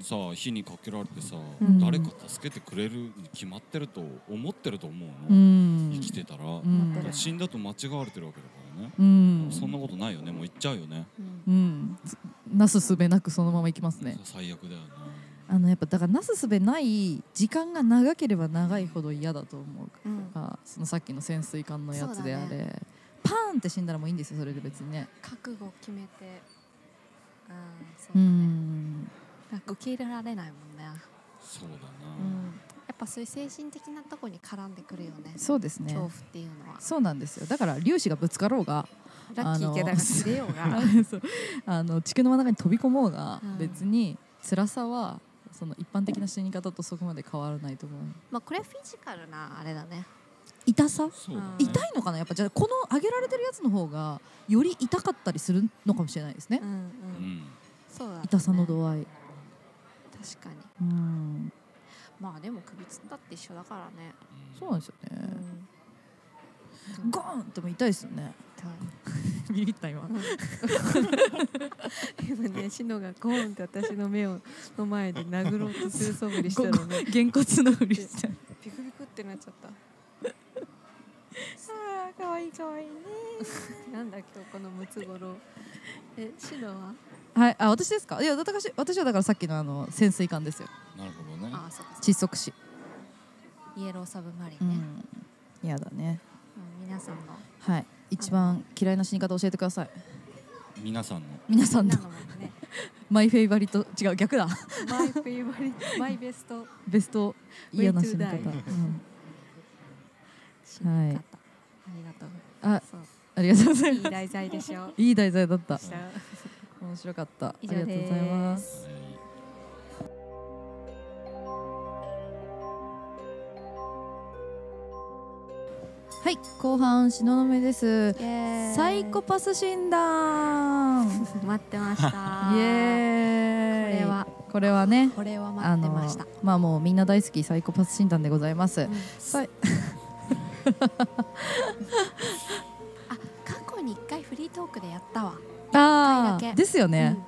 Speaker 5: さ火にかけられてさ、
Speaker 4: うん
Speaker 5: 誰か助けてくれるに決まってると思ってると思う
Speaker 3: う
Speaker 5: の、
Speaker 3: ん
Speaker 5: 生きてたら、
Speaker 3: うん
Speaker 4: たら
Speaker 5: 死んだと間違われてるわけだからね、
Speaker 3: うん
Speaker 5: そんなことないよねもう行っちゃうよね
Speaker 4: うん
Speaker 3: うんなすすべなくそのままいきますね
Speaker 5: 最悪だよね
Speaker 3: あのやっぱだからなすすべない時間が長ければ長いほど嫌だと思う
Speaker 4: うん
Speaker 3: からそのさっきの潜水艦のやつであ
Speaker 4: そうだ
Speaker 3: れ、パーンって死んだらもういいんですよそれで別にね
Speaker 4: 覚悟を決めてあーそうだ
Speaker 3: う
Speaker 4: ね
Speaker 3: ん
Speaker 4: なんか受け入れられないもんね、
Speaker 5: そうだ
Speaker 4: う
Speaker 5: な、
Speaker 4: ん、やっぱそういう精神的なとこに絡んでくるよね
Speaker 3: そうですね
Speaker 4: 恐怖っていうのは
Speaker 3: そうなんですよだから粒子がぶつかろうが
Speaker 4: ラッキー池田が切れよ うが
Speaker 3: そうあの地球の真ん中に飛び込もうが、
Speaker 4: うん
Speaker 3: 別に辛さはその一般的な死に方とそこまで変わらないと思う
Speaker 4: まあこれはフィジカルなあれだね
Speaker 3: 痛さ
Speaker 5: そうだね
Speaker 4: うん
Speaker 3: 痛いのかなやっぱじゃあこの上げられてるやつの方がより痛かったりするのかもしれないですね
Speaker 4: うんう
Speaker 5: うんん
Speaker 4: そうだ、ね、
Speaker 3: 痛さの
Speaker 4: 確
Speaker 3: 度合い
Speaker 4: かに
Speaker 3: うん
Speaker 4: まあでも首つったって一緒だからね、
Speaker 3: そうなんですよ
Speaker 4: う
Speaker 3: ね
Speaker 4: ん
Speaker 3: ゴーンっても痛いですよねビビった 今
Speaker 4: 今ねシノがゴーンって私の目をの前で殴ろうとする素振りしたらね
Speaker 3: げんこつのふり して
Speaker 4: ビクビクってなっちゃったああかわいいかわいいね なんだ今日このムツゴロウえシノは
Speaker 3: はいあ私ですかいや私私はだからさっきのあの潜水艦ですよ
Speaker 5: なるほどね
Speaker 4: ああそうか
Speaker 3: 窒息死
Speaker 4: イエローサブマリ
Speaker 3: う
Speaker 4: ンね、
Speaker 3: ん嫌だね
Speaker 4: うん皆さんの
Speaker 3: はい一番嫌いな死に方教えてください
Speaker 5: 皆さんの
Speaker 3: 皆さん
Speaker 4: みん
Speaker 3: の
Speaker 4: なのもね
Speaker 3: マイフェイバリット違う 逆だ
Speaker 4: マイフェイバリットマイベスト
Speaker 3: ベスト嫌な死に
Speaker 4: Way
Speaker 3: 方、
Speaker 4: to die
Speaker 3: うん
Speaker 4: 死に方、
Speaker 3: はい
Speaker 4: ありがとう
Speaker 3: あ
Speaker 4: そう
Speaker 3: ありがとうござい
Speaker 4: いい
Speaker 3: ます
Speaker 4: 題材でしょ
Speaker 3: いい題材だった
Speaker 4: した
Speaker 3: 面白かったあ
Speaker 4: 以
Speaker 3: り
Speaker 4: 上
Speaker 3: がとうございます
Speaker 5: はい
Speaker 3: はい後半東雲です
Speaker 4: イエーイ
Speaker 3: サイコパス診断
Speaker 4: 待ってました
Speaker 3: イエーイ
Speaker 4: これは
Speaker 3: これはね
Speaker 4: これは
Speaker 3: あ
Speaker 4: 待って
Speaker 3: の
Speaker 4: ました、
Speaker 3: まあもうみんな大好きサイコパス診断でございます、
Speaker 4: うん
Speaker 3: さい
Speaker 4: あ過去に一回フリートークでやったわ、
Speaker 3: あ
Speaker 4: 一回だ
Speaker 3: ー
Speaker 4: け
Speaker 3: ですよね、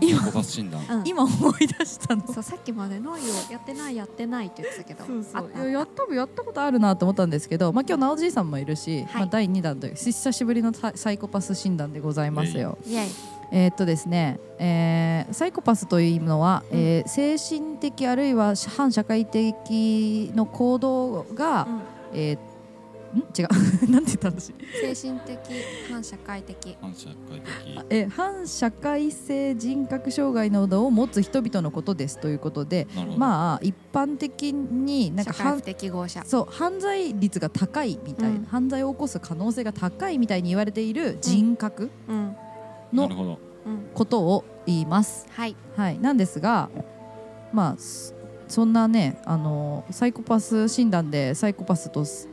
Speaker 5: 今コパス診断
Speaker 4: うん、
Speaker 3: 今思い出したの
Speaker 4: そうさっきまで「ノイをやってないやってない」って言ってたけどあった
Speaker 3: いやや多分やったことあるなと思ったんですけど、まあ、今日なおじいさんもいる
Speaker 4: は
Speaker 3: し、
Speaker 4: い
Speaker 3: まあ、第2弾という久しぶりのササイコパス診断でございますよ。
Speaker 4: イエイ
Speaker 3: えーっとですね、えーサイコパスというのは、
Speaker 4: うん
Speaker 3: えー精神的あるいは反社会的の行動が、
Speaker 4: うん
Speaker 3: えーん違う なんて言った私
Speaker 4: 精神的反社会的
Speaker 5: 反社会的
Speaker 3: え反社会性人格障害などを持つ人々のことですということで
Speaker 5: なるほど、
Speaker 3: まあ一般的になん
Speaker 4: 社
Speaker 3: か
Speaker 4: 会不
Speaker 3: 犯
Speaker 4: 適合者
Speaker 3: そう犯罪率が高いみたいな、
Speaker 4: うん
Speaker 3: 犯罪を起こす可能性が高いみたいに言われている人格
Speaker 4: うん
Speaker 5: な
Speaker 3: の
Speaker 5: るほど
Speaker 4: うん
Speaker 3: ことを言います。
Speaker 4: はい
Speaker 3: はい、なんですが、まあ、そそんなねあのサイコパス診断でサイコパスとす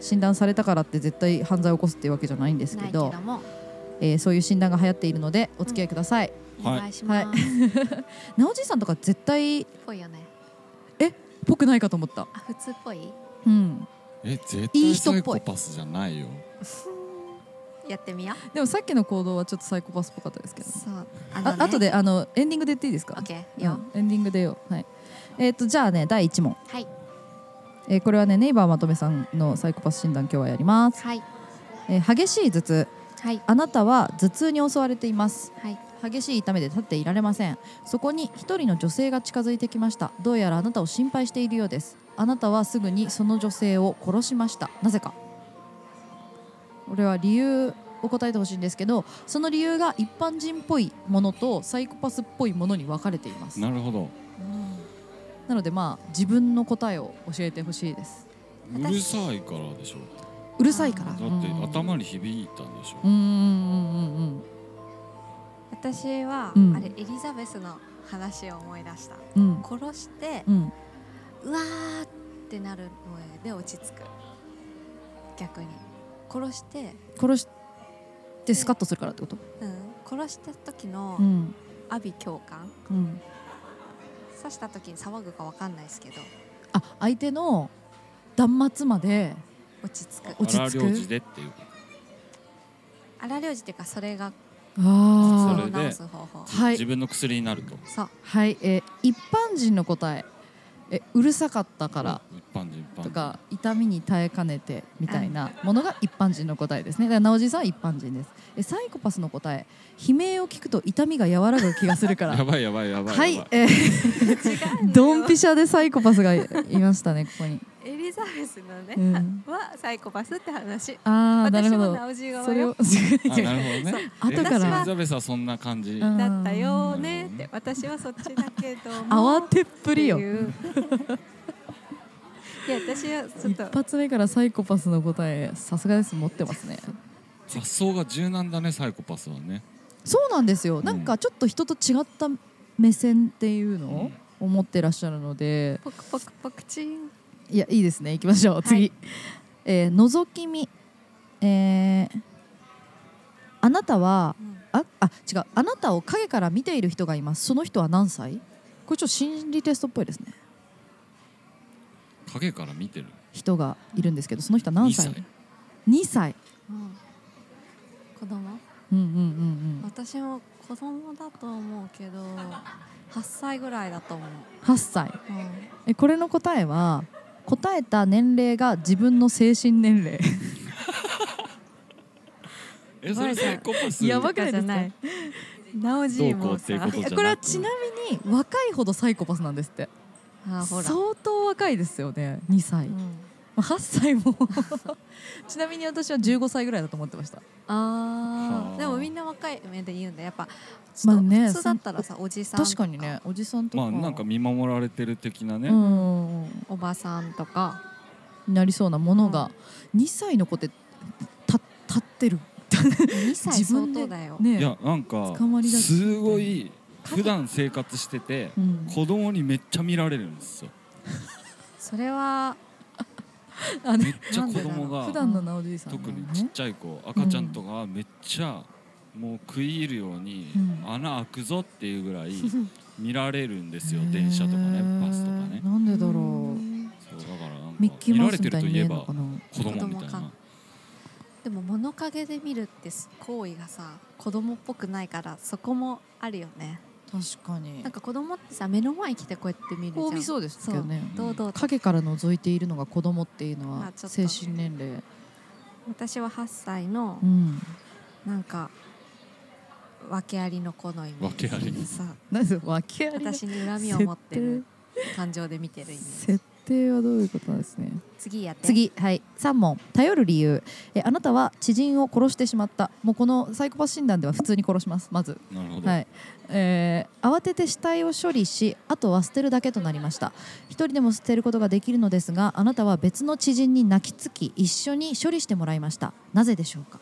Speaker 3: 診断されたからって絶対犯罪を起こすっていうわけじゃないんです
Speaker 4: ない
Speaker 3: け
Speaker 4: けど
Speaker 3: ど
Speaker 4: も
Speaker 3: えーそういう診断が流行っているのでお付き合いください。
Speaker 4: お
Speaker 5: はい
Speaker 4: 願いします、
Speaker 3: はなおじいさんとか絶対っ
Speaker 4: ぽいよね
Speaker 3: ぽくないかと思った。
Speaker 4: あ普通っぽい
Speaker 3: うん、
Speaker 5: え絶
Speaker 3: いい
Speaker 5: 対
Speaker 3: 人
Speaker 5: サ
Speaker 3: っ
Speaker 5: イ
Speaker 3: ぽい
Speaker 5: コパスじゃないよ
Speaker 4: やってみよ
Speaker 3: でもさっきの行動はちょっとサイコパスっぽかったですけ
Speaker 4: う
Speaker 3: ど。
Speaker 4: そう
Speaker 3: あ後であのエンディングで言っていいです
Speaker 4: オ
Speaker 3: か
Speaker 4: ッ。ケーよ、
Speaker 3: うんエンディングでよ。はい。えっ、とじゃあね第一問。
Speaker 4: はい
Speaker 3: えーこれはねネイバーまとめさんのサイコパス診断今日はやります。
Speaker 4: はい
Speaker 3: えー激しい頭痛。
Speaker 4: はい
Speaker 3: あなたは頭痛に襲われています。
Speaker 4: はい
Speaker 3: 激しい痛みで立っていられませんそこに一人の女性が近づいてきましたどうやらあなたを心配しているようですあなたはすぐにその女性を殺しましたなぜかこれは理由を答えてほしいんですけどその理由が一般人っぽいものとサイコパスっぽいものに分かれていますな
Speaker 5: なるほど
Speaker 3: のでまあ自分の答えを教えてほしいです
Speaker 5: うるさいからでしょ
Speaker 3: うるさいから
Speaker 5: だ
Speaker 4: あ
Speaker 5: っ
Speaker 3: うん
Speaker 5: て頭に響いたんでしょ
Speaker 3: うんうんうんうん
Speaker 4: 私は、
Speaker 3: うん
Speaker 4: あれエリザベスの話を思い出した
Speaker 3: うん
Speaker 4: 殺して
Speaker 3: うん
Speaker 4: うわーってなるので落ち着く逆に殺して、
Speaker 3: 殺してスカッとするからってこと
Speaker 4: うん、殺した時の
Speaker 3: うん
Speaker 4: 阿鼻教官
Speaker 3: うん
Speaker 4: 刺した時に騒ぐかわかんないですけど
Speaker 3: あ相手の断末まで
Speaker 4: 落ち着く
Speaker 3: 落ち着く
Speaker 5: 荒領事でっていうこ
Speaker 4: 荒療治っていうかそれが
Speaker 5: あ
Speaker 4: それを
Speaker 5: ー
Speaker 4: 治す方法
Speaker 5: と、
Speaker 3: はい
Speaker 5: 自分の薬になると
Speaker 4: そう
Speaker 3: はい、えー一般人の答ええうるさかったから
Speaker 5: 一般人一般人
Speaker 3: とか痛みに耐えかねてみたいなものが一般人の答えですねだから直じさんは一般人ですえサイコパスの答え悲鳴を聞くと痛みが和らぐ気がするか
Speaker 5: や
Speaker 3: ら
Speaker 5: ばいやばいやばいやば
Speaker 3: はいい、え ー、ドンピシャでサイコパスがいいましたねここに、
Speaker 4: エリザベスのね、
Speaker 3: うん
Speaker 4: はサイコパスって話
Speaker 3: ああな
Speaker 4: 私
Speaker 3: る
Speaker 4: も
Speaker 3: ほど
Speaker 4: 直し
Speaker 3: それを
Speaker 4: 側
Speaker 5: あなるほどね
Speaker 3: そう後から
Speaker 5: えエリザベスはそんな感じ、
Speaker 3: うん
Speaker 4: だったよねっ
Speaker 5: う
Speaker 4: て
Speaker 5: ん
Speaker 4: 私はそっちだけども
Speaker 3: 慌てっぷりよ
Speaker 4: っていういや私はちょっ
Speaker 3: 一
Speaker 4: と
Speaker 3: 発目からサイコパスの答えさすがです持ってますね
Speaker 5: 発想が柔軟だねサイコパスはね
Speaker 3: そうなんですよ
Speaker 5: ん
Speaker 3: なんかちょっと人と違った目線っていうのを持ってらっしゃるので
Speaker 4: ポクポクポクチン
Speaker 3: いやいいですね行きましょう次、
Speaker 4: はい
Speaker 3: えー覗き見えーあなたはああ違うあなたを影から見ている人がいますその人は何歳これちょっと心理テストっぽいですね
Speaker 5: 影から見てる
Speaker 3: 人がいるんですけどその人は何歳
Speaker 5: 二歳
Speaker 3: 2歳
Speaker 4: うん子供
Speaker 3: うんうんうん
Speaker 4: 私も子供だと思うけど8歳ぐらいだと思う、
Speaker 3: うん8歳
Speaker 4: うん
Speaker 3: えこれの答えは答えた年齢が自分の精神年齢
Speaker 5: えそれサイコパス
Speaker 3: やばくないですか
Speaker 4: じゃないなおじいも
Speaker 5: どうこ
Speaker 4: さ
Speaker 5: うっていう
Speaker 3: いやこれはちなみに若いほどサイコパスなんですって
Speaker 4: あほら
Speaker 3: 相当若いですよね2歳、
Speaker 4: う
Speaker 3: ま
Speaker 4: ん
Speaker 3: あ8歳も ちなみに私は15歳ぐらいだと思ってました
Speaker 4: あ
Speaker 5: はあ
Speaker 4: ーでもみんな若い目で言うんだやっぱち
Speaker 3: ま
Speaker 4: ょっ
Speaker 3: あ
Speaker 4: と
Speaker 3: ね
Speaker 4: 普通だったらさおじさんと
Speaker 3: 確かにねおじさんと
Speaker 5: ま
Speaker 3: か
Speaker 5: あなんか見守られてる的なね、
Speaker 3: うん
Speaker 4: おばさんと か
Speaker 3: なりそうなものが、2歳の子ってた立ってる
Speaker 4: 2歳
Speaker 3: 自
Speaker 4: 相
Speaker 3: 分で
Speaker 4: 当だよ、
Speaker 3: ね
Speaker 5: いやなんか
Speaker 3: 捕まりだし
Speaker 5: すごい普段生活してて
Speaker 3: うん
Speaker 5: 子供にめっちゃ見られるんですよ
Speaker 4: それは
Speaker 3: あ
Speaker 5: め
Speaker 3: ね
Speaker 5: っちゃ子供
Speaker 3: 普
Speaker 5: が
Speaker 3: 段のなおじいさんなの
Speaker 5: 特
Speaker 3: ね
Speaker 5: にちっちゃい子赤ちゃんとかめっちゃもう食い入るように
Speaker 3: うん
Speaker 5: 穴開くぞっていうぐらい 見られるんですよ
Speaker 3: へー
Speaker 5: 電車とかねバスとかね
Speaker 3: なんでだろう、
Speaker 4: うん
Speaker 5: そうだからなんか
Speaker 3: ミッキー
Speaker 5: 見
Speaker 3: マ
Speaker 5: ら
Speaker 3: ウ
Speaker 5: れ
Speaker 3: ス
Speaker 5: て
Speaker 3: み
Speaker 5: る
Speaker 3: たい
Speaker 5: と
Speaker 3: に
Speaker 5: い
Speaker 3: 見
Speaker 5: え
Speaker 3: えるの
Speaker 5: ば
Speaker 3: かな
Speaker 5: 子供みたい
Speaker 4: 子供か
Speaker 5: な
Speaker 4: でも物陰で見るって行為がさ子供っぽくないからそこもあるよね
Speaker 3: 確かに
Speaker 4: なんか子供ってさ目の前に来てこうやって見るじゃん
Speaker 3: こう見そうですけどね
Speaker 4: 堂々と
Speaker 3: 影から覗いているのが子供っていうの
Speaker 4: ま
Speaker 3: は
Speaker 4: あちょっ
Speaker 3: 精
Speaker 4: と
Speaker 3: 神年齢、
Speaker 4: 私は8歳の
Speaker 3: うん、
Speaker 4: なんか訳ありの子の意味
Speaker 5: 訳あり
Speaker 4: さ
Speaker 3: なんで訳あり
Speaker 4: 私に恨みを持ってる感情で見てる意味
Speaker 3: 設定はどういうことなんですね
Speaker 4: 次やって
Speaker 3: 次はい3問頼る理由えあなたは知人を殺してしまったもうこのサイコパス診断では普通に殺しますまず
Speaker 5: なるほど、
Speaker 3: はいえー慌てて死体を処理しあとは捨てるだけとなりました一人でも捨てることができるのですがあなたは別の知人に泣きつき一緒に処理してもらいましたなぜでしょうか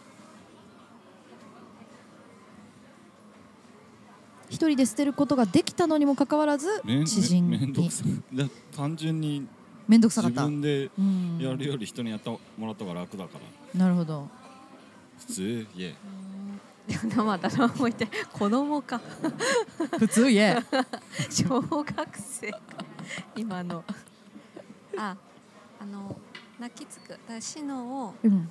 Speaker 3: 一人で捨てることができたのにもかかわらず
Speaker 5: めん
Speaker 3: 知人
Speaker 5: めめんど
Speaker 3: に
Speaker 5: くさいだ単純に
Speaker 3: 面倒くさか
Speaker 5: 自
Speaker 3: った
Speaker 5: 分で
Speaker 3: うん
Speaker 5: やるより人にやってもらった方が楽だから
Speaker 3: なるほど
Speaker 5: 普通いえ
Speaker 4: 生だな思いて子供か
Speaker 3: 普通いえ
Speaker 4: 小学生か今のああの泣きつくだからシノを
Speaker 3: うん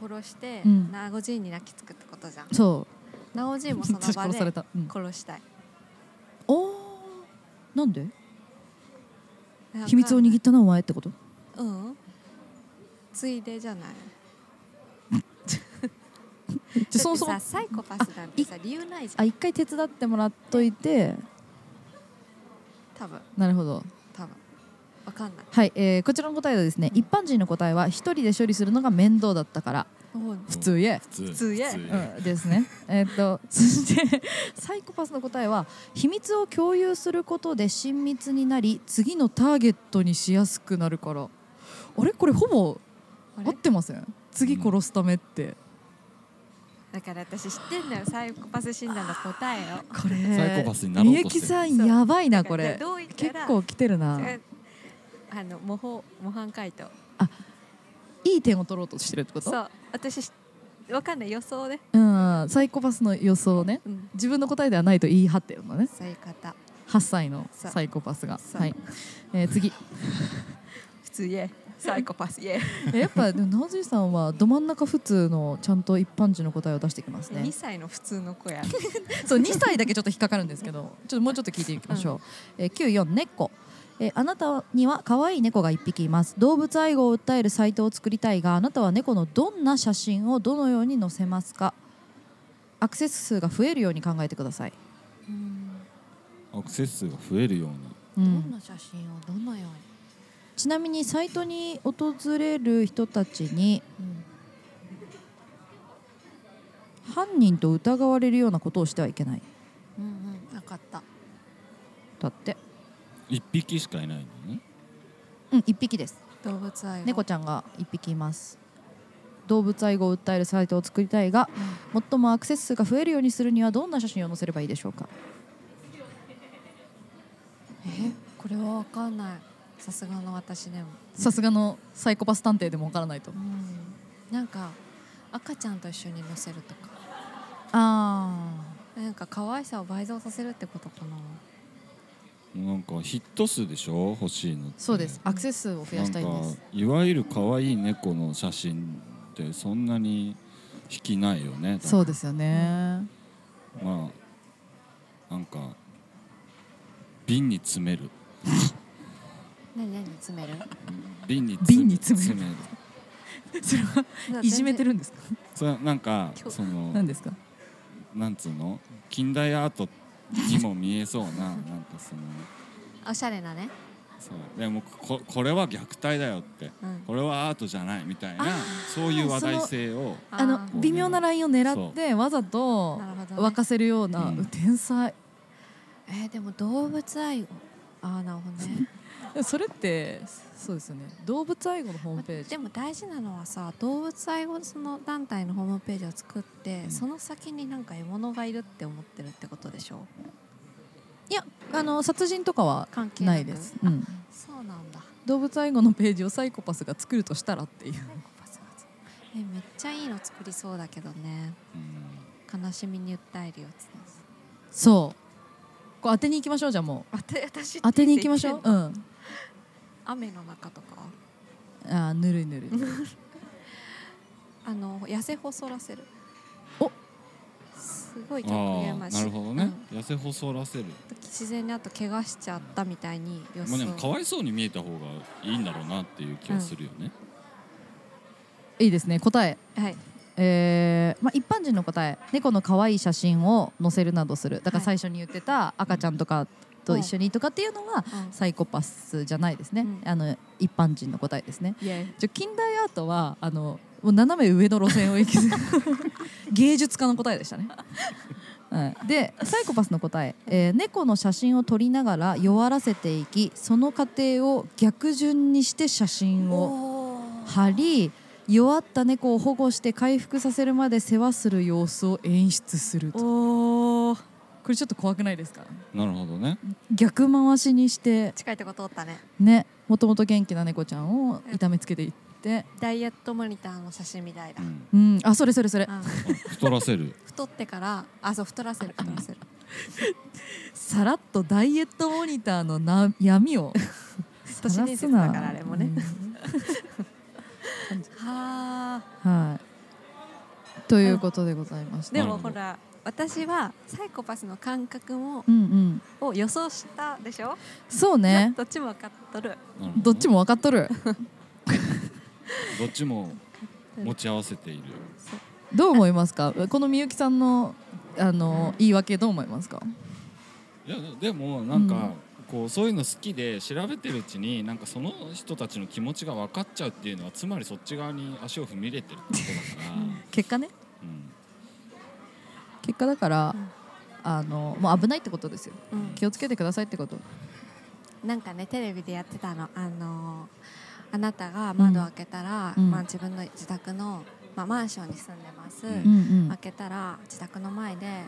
Speaker 4: 殺して、
Speaker 3: うん
Speaker 4: ナゴジンに泣きつくってことじゃん
Speaker 3: そ
Speaker 4: ナゴジン
Speaker 3: う
Speaker 4: もその
Speaker 3: 私
Speaker 4: 場
Speaker 3: 殺
Speaker 4: で
Speaker 3: された、うん、
Speaker 4: 殺したい
Speaker 3: おーなんで秘密を握ったのはお前って こと
Speaker 4: うんついでじゃない
Speaker 3: じゃそもそ
Speaker 4: だ
Speaker 3: も
Speaker 4: ってさサイコパスなんてさ理由ないじゃ
Speaker 3: あ
Speaker 4: ん
Speaker 3: 一回手伝ってもらっといて
Speaker 4: 多分
Speaker 3: なるほど
Speaker 4: 多分わかんない
Speaker 3: はい、えーこちらの答えはですね、一般人の答えは一人で処理するのが面倒だったから普通いえ
Speaker 5: 普通普
Speaker 4: 通いえ
Speaker 3: うん、ですね。 えーっとそしてサイコパスの答えは秘密を共有することで親密になり次のターゲットにしやすくなるからあれこれほぼ
Speaker 4: あれ
Speaker 3: 合ってません次殺すためって、
Speaker 4: だから私知ってんだよサイコパス診断の答えを
Speaker 3: これ
Speaker 5: サイコパスになろうとし
Speaker 3: みゆき
Speaker 5: てる
Speaker 3: さんやばいな
Speaker 4: だか
Speaker 3: こ
Speaker 4: ら
Speaker 3: れ
Speaker 4: どう言った
Speaker 3: 結
Speaker 4: ら
Speaker 3: 構来てるな
Speaker 4: 違うあの模倣模範解答
Speaker 3: いい点を取ろうとしてるってこと
Speaker 4: そう私しわかんない予想で、
Speaker 3: うんサイコパスの予想ね
Speaker 4: うん、
Speaker 3: 自分の答えではないと言い張ってるのね
Speaker 4: そういう方
Speaker 3: 8歳の
Speaker 4: そう
Speaker 3: サイコパスが、
Speaker 4: そう
Speaker 3: はいえ ー次
Speaker 4: 普通イエサイコパスイエ
Speaker 3: えやっぱでもナオジーさんはど真ん中普通のちゃんと一般人の答えを出してきますね
Speaker 4: 2歳の普通の子 や
Speaker 3: そう2歳だけちょっと引っかかるんですけどちょっともうちょっと聞いていきましょう、えー94猫えーあなたには可愛い猫が1匹います動物愛護を訴えるサイトを作りたいがあなたは猫のどんな写真をどのように載せますかアクセス数が増えるように考えてください、
Speaker 5: アクセス数が増えるように
Speaker 3: う
Speaker 4: ど
Speaker 3: ん
Speaker 4: んな写真をどのよ
Speaker 3: ちなみにサイトに訪れる人たちに
Speaker 4: うに、
Speaker 3: 犯人と疑われるようなことをしてはいけない
Speaker 4: うん、うんうん分かった
Speaker 3: だって、
Speaker 5: 一匹しかいないのね
Speaker 3: うん、1匹です
Speaker 4: 動物愛護
Speaker 3: 猫ちゃんが1匹います動物愛護を訴えるサイトを作りたいが最もアクセス数が増えるようにするにはどんな写真を載せればいいでしょうか
Speaker 4: えこれは分かんないさすがの私でも、
Speaker 3: さすがのサイコパス探偵でもわからないと
Speaker 4: うん、なんか赤ちゃんと一緒に乗せるとか
Speaker 3: あ
Speaker 4: なんか可愛さを倍増させるってことかな
Speaker 5: なんかヒット数でしょ欲しいのって
Speaker 3: そうです、アクセス数を増やしたいんで
Speaker 5: なん
Speaker 3: す
Speaker 5: かいわゆる可愛い猫の写真ってそんなに引きないよね
Speaker 3: そうですよね、
Speaker 5: まあなんか瓶に詰める
Speaker 4: 何何詰め る
Speaker 5: 瓶に
Speaker 3: 瓶に詰める
Speaker 5: る
Speaker 3: それはいじめてるんですか
Speaker 5: それはなんかその
Speaker 3: 何ですか
Speaker 5: なんつうの近代アートにも見えそうななんかその
Speaker 4: おしゃれなね、
Speaker 5: そうでもここれは虐待だよって
Speaker 4: うん、
Speaker 5: これはアートじゃないみたいなそういう話題性を
Speaker 3: あの
Speaker 4: ー
Speaker 3: 微妙なラインを狙ってわざと
Speaker 4: なるほどね
Speaker 3: 沸かせるような、
Speaker 5: うん
Speaker 3: 天才
Speaker 4: えー、でも動物愛護ああなるほどね
Speaker 3: でもそれってそうですよね動物愛護のホームページ
Speaker 4: でも大事なのはさ動物愛護その団体のホームページを作って、
Speaker 5: うん
Speaker 4: その先になんか獲物がいるって思ってるってことでしょ
Speaker 3: いやあの殺人とかは
Speaker 4: 関係なく
Speaker 3: ないです、うん、
Speaker 4: そうなんだ
Speaker 3: 動物愛護のページをサイコパスが作るとしたらっていう
Speaker 4: サイコパスがつえめっちゃいいの作りそうだけどね
Speaker 5: うん
Speaker 4: 悲しみに訴えるやつ
Speaker 3: そうこう当てに行きましょうじゃあもう
Speaker 4: あて私
Speaker 3: 当てに行きましょう
Speaker 4: 人生生き
Speaker 3: う
Speaker 4: てんの
Speaker 3: ん
Speaker 4: 雨の中とか
Speaker 3: あーぬるいぬるい
Speaker 4: あの痩せ細らせる
Speaker 3: お
Speaker 4: すごい
Speaker 5: あ
Speaker 4: 逆言え
Speaker 5: あ
Speaker 4: ま
Speaker 5: ー
Speaker 4: し
Speaker 5: なるほどね
Speaker 4: うん
Speaker 5: 痩せ細らせる
Speaker 4: 自然にあと怪我しちゃったみたいに予
Speaker 5: ま
Speaker 4: 想
Speaker 5: あでもかわいそうに見えた方がいいんだろうなっていう気はするよね
Speaker 3: いいですね答え
Speaker 4: はい
Speaker 3: えーまあ、一般人の答え猫の可愛い写真を載せるなどするだから
Speaker 4: は
Speaker 3: 最初に言ってた赤ちゃんとかと一緒にとかっていうのはサイコパスじゃないですね、
Speaker 4: うん
Speaker 3: あの一般人の答えですね
Speaker 4: イエイ
Speaker 3: じゃあ近代アートはあのもう斜め上の路線を行き 芸術家の答えでしたね。はい、でサイコパスの答え、えー猫の写真を撮りながら弱らせていきその過程を逆順にして写真を貼り弱った猫を保護して回復させるまで世話する様子を演出すると
Speaker 4: お
Speaker 3: これちょっと怖くないですか
Speaker 5: なるほどね
Speaker 3: 逆回しにして
Speaker 4: 近いとこ通ったね
Speaker 3: ねもともと元気な猫ちゃんを痛めつけていって、
Speaker 4: ダイエットモニターの写真みたいだ、
Speaker 5: うん
Speaker 3: うん、あそれそれそれ
Speaker 4: うん
Speaker 5: 太らせる
Speaker 4: 太ってからあそう太らせる太らせる
Speaker 3: さらっとダイエットモニターのな闇を
Speaker 4: 都市伝説だからあれもね、はあ
Speaker 3: うんはいということでございました
Speaker 4: で
Speaker 5: な
Speaker 4: も
Speaker 5: るほ
Speaker 4: ほ
Speaker 5: ど
Speaker 4: ら私はサイコパスの感覚も
Speaker 3: うんうん
Speaker 4: を予想したでしょ、
Speaker 3: そうね
Speaker 4: どっちも分かっとる
Speaker 5: なるほ
Speaker 3: どっち
Speaker 5: も
Speaker 3: も分かっとる
Speaker 5: どっちも持ち合わせている
Speaker 3: どう思いますか このみゆきさんのあの言い訳どう思いますか
Speaker 5: いやでもなんか、こうそういうの好きで調べてるうちになんかその人たちの気持ちが分かっちゃうっていうのはつまりそっち側に足を踏み入れてるってことだから、
Speaker 3: 結果ね
Speaker 5: うん
Speaker 3: 結果だから
Speaker 4: うん
Speaker 3: あのもう危ないってことですよ
Speaker 4: うん
Speaker 3: 気をつけてくださいってこと
Speaker 4: なんかねテレビでやってたの、あのーあなたが窓を開けたら、
Speaker 3: うん
Speaker 4: まあ、自分の自宅の、まあ、マンションに住んでます、
Speaker 5: うん
Speaker 3: ん
Speaker 4: 開けたら自宅の前で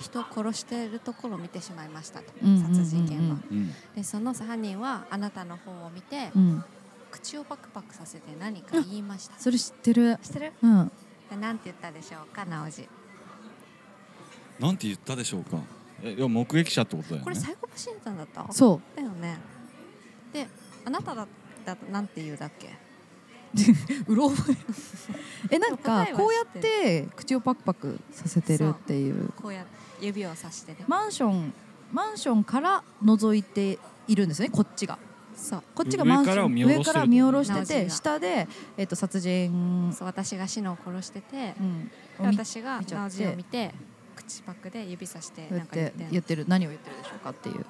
Speaker 4: 人を殺しているところを見てしまいましたと、
Speaker 3: うんうんうんうん
Speaker 4: 殺人犬は
Speaker 5: うん
Speaker 4: でその犯人はあなたの方を見て、
Speaker 3: うん
Speaker 4: 口をパクパクさせて何か言いました
Speaker 3: それ知ってる
Speaker 4: 知ってる
Speaker 3: うん
Speaker 4: でなんて言ったでしょうか直じ
Speaker 5: なんて言ったでしょうかえいや目撃者ってことだよ
Speaker 4: これ
Speaker 5: ね
Speaker 4: サイコパシータンだった
Speaker 3: そ
Speaker 4: だよねであなただだとなんて言うだっけ
Speaker 3: ううろ覚ええなんか
Speaker 4: でも
Speaker 3: こう
Speaker 4: 答えは
Speaker 3: や
Speaker 4: 知
Speaker 3: っ
Speaker 4: って
Speaker 3: て口をパクパクさせてるっていう
Speaker 4: こうや指をさしてね、
Speaker 3: マンションマンションから覗いているんですよねこっちが
Speaker 4: そう
Speaker 3: こっちがマンション
Speaker 5: 上
Speaker 3: 上
Speaker 5: か
Speaker 3: からら
Speaker 5: 見
Speaker 3: 見下
Speaker 5: 下ろ
Speaker 3: ろ
Speaker 5: して
Speaker 4: る
Speaker 3: してて下で、えっと殺人
Speaker 4: そう私がシノを殺してて
Speaker 3: うん
Speaker 4: で私が
Speaker 3: 見ちゃ
Speaker 4: ナ
Speaker 3: っ
Speaker 4: オジ
Speaker 3: て
Speaker 4: を見て口パクで指さして
Speaker 3: そ
Speaker 4: な
Speaker 3: うや
Speaker 4: ん
Speaker 3: っ
Speaker 4: か言っててんの
Speaker 3: 言ってる何を言ってるでしょうかっていう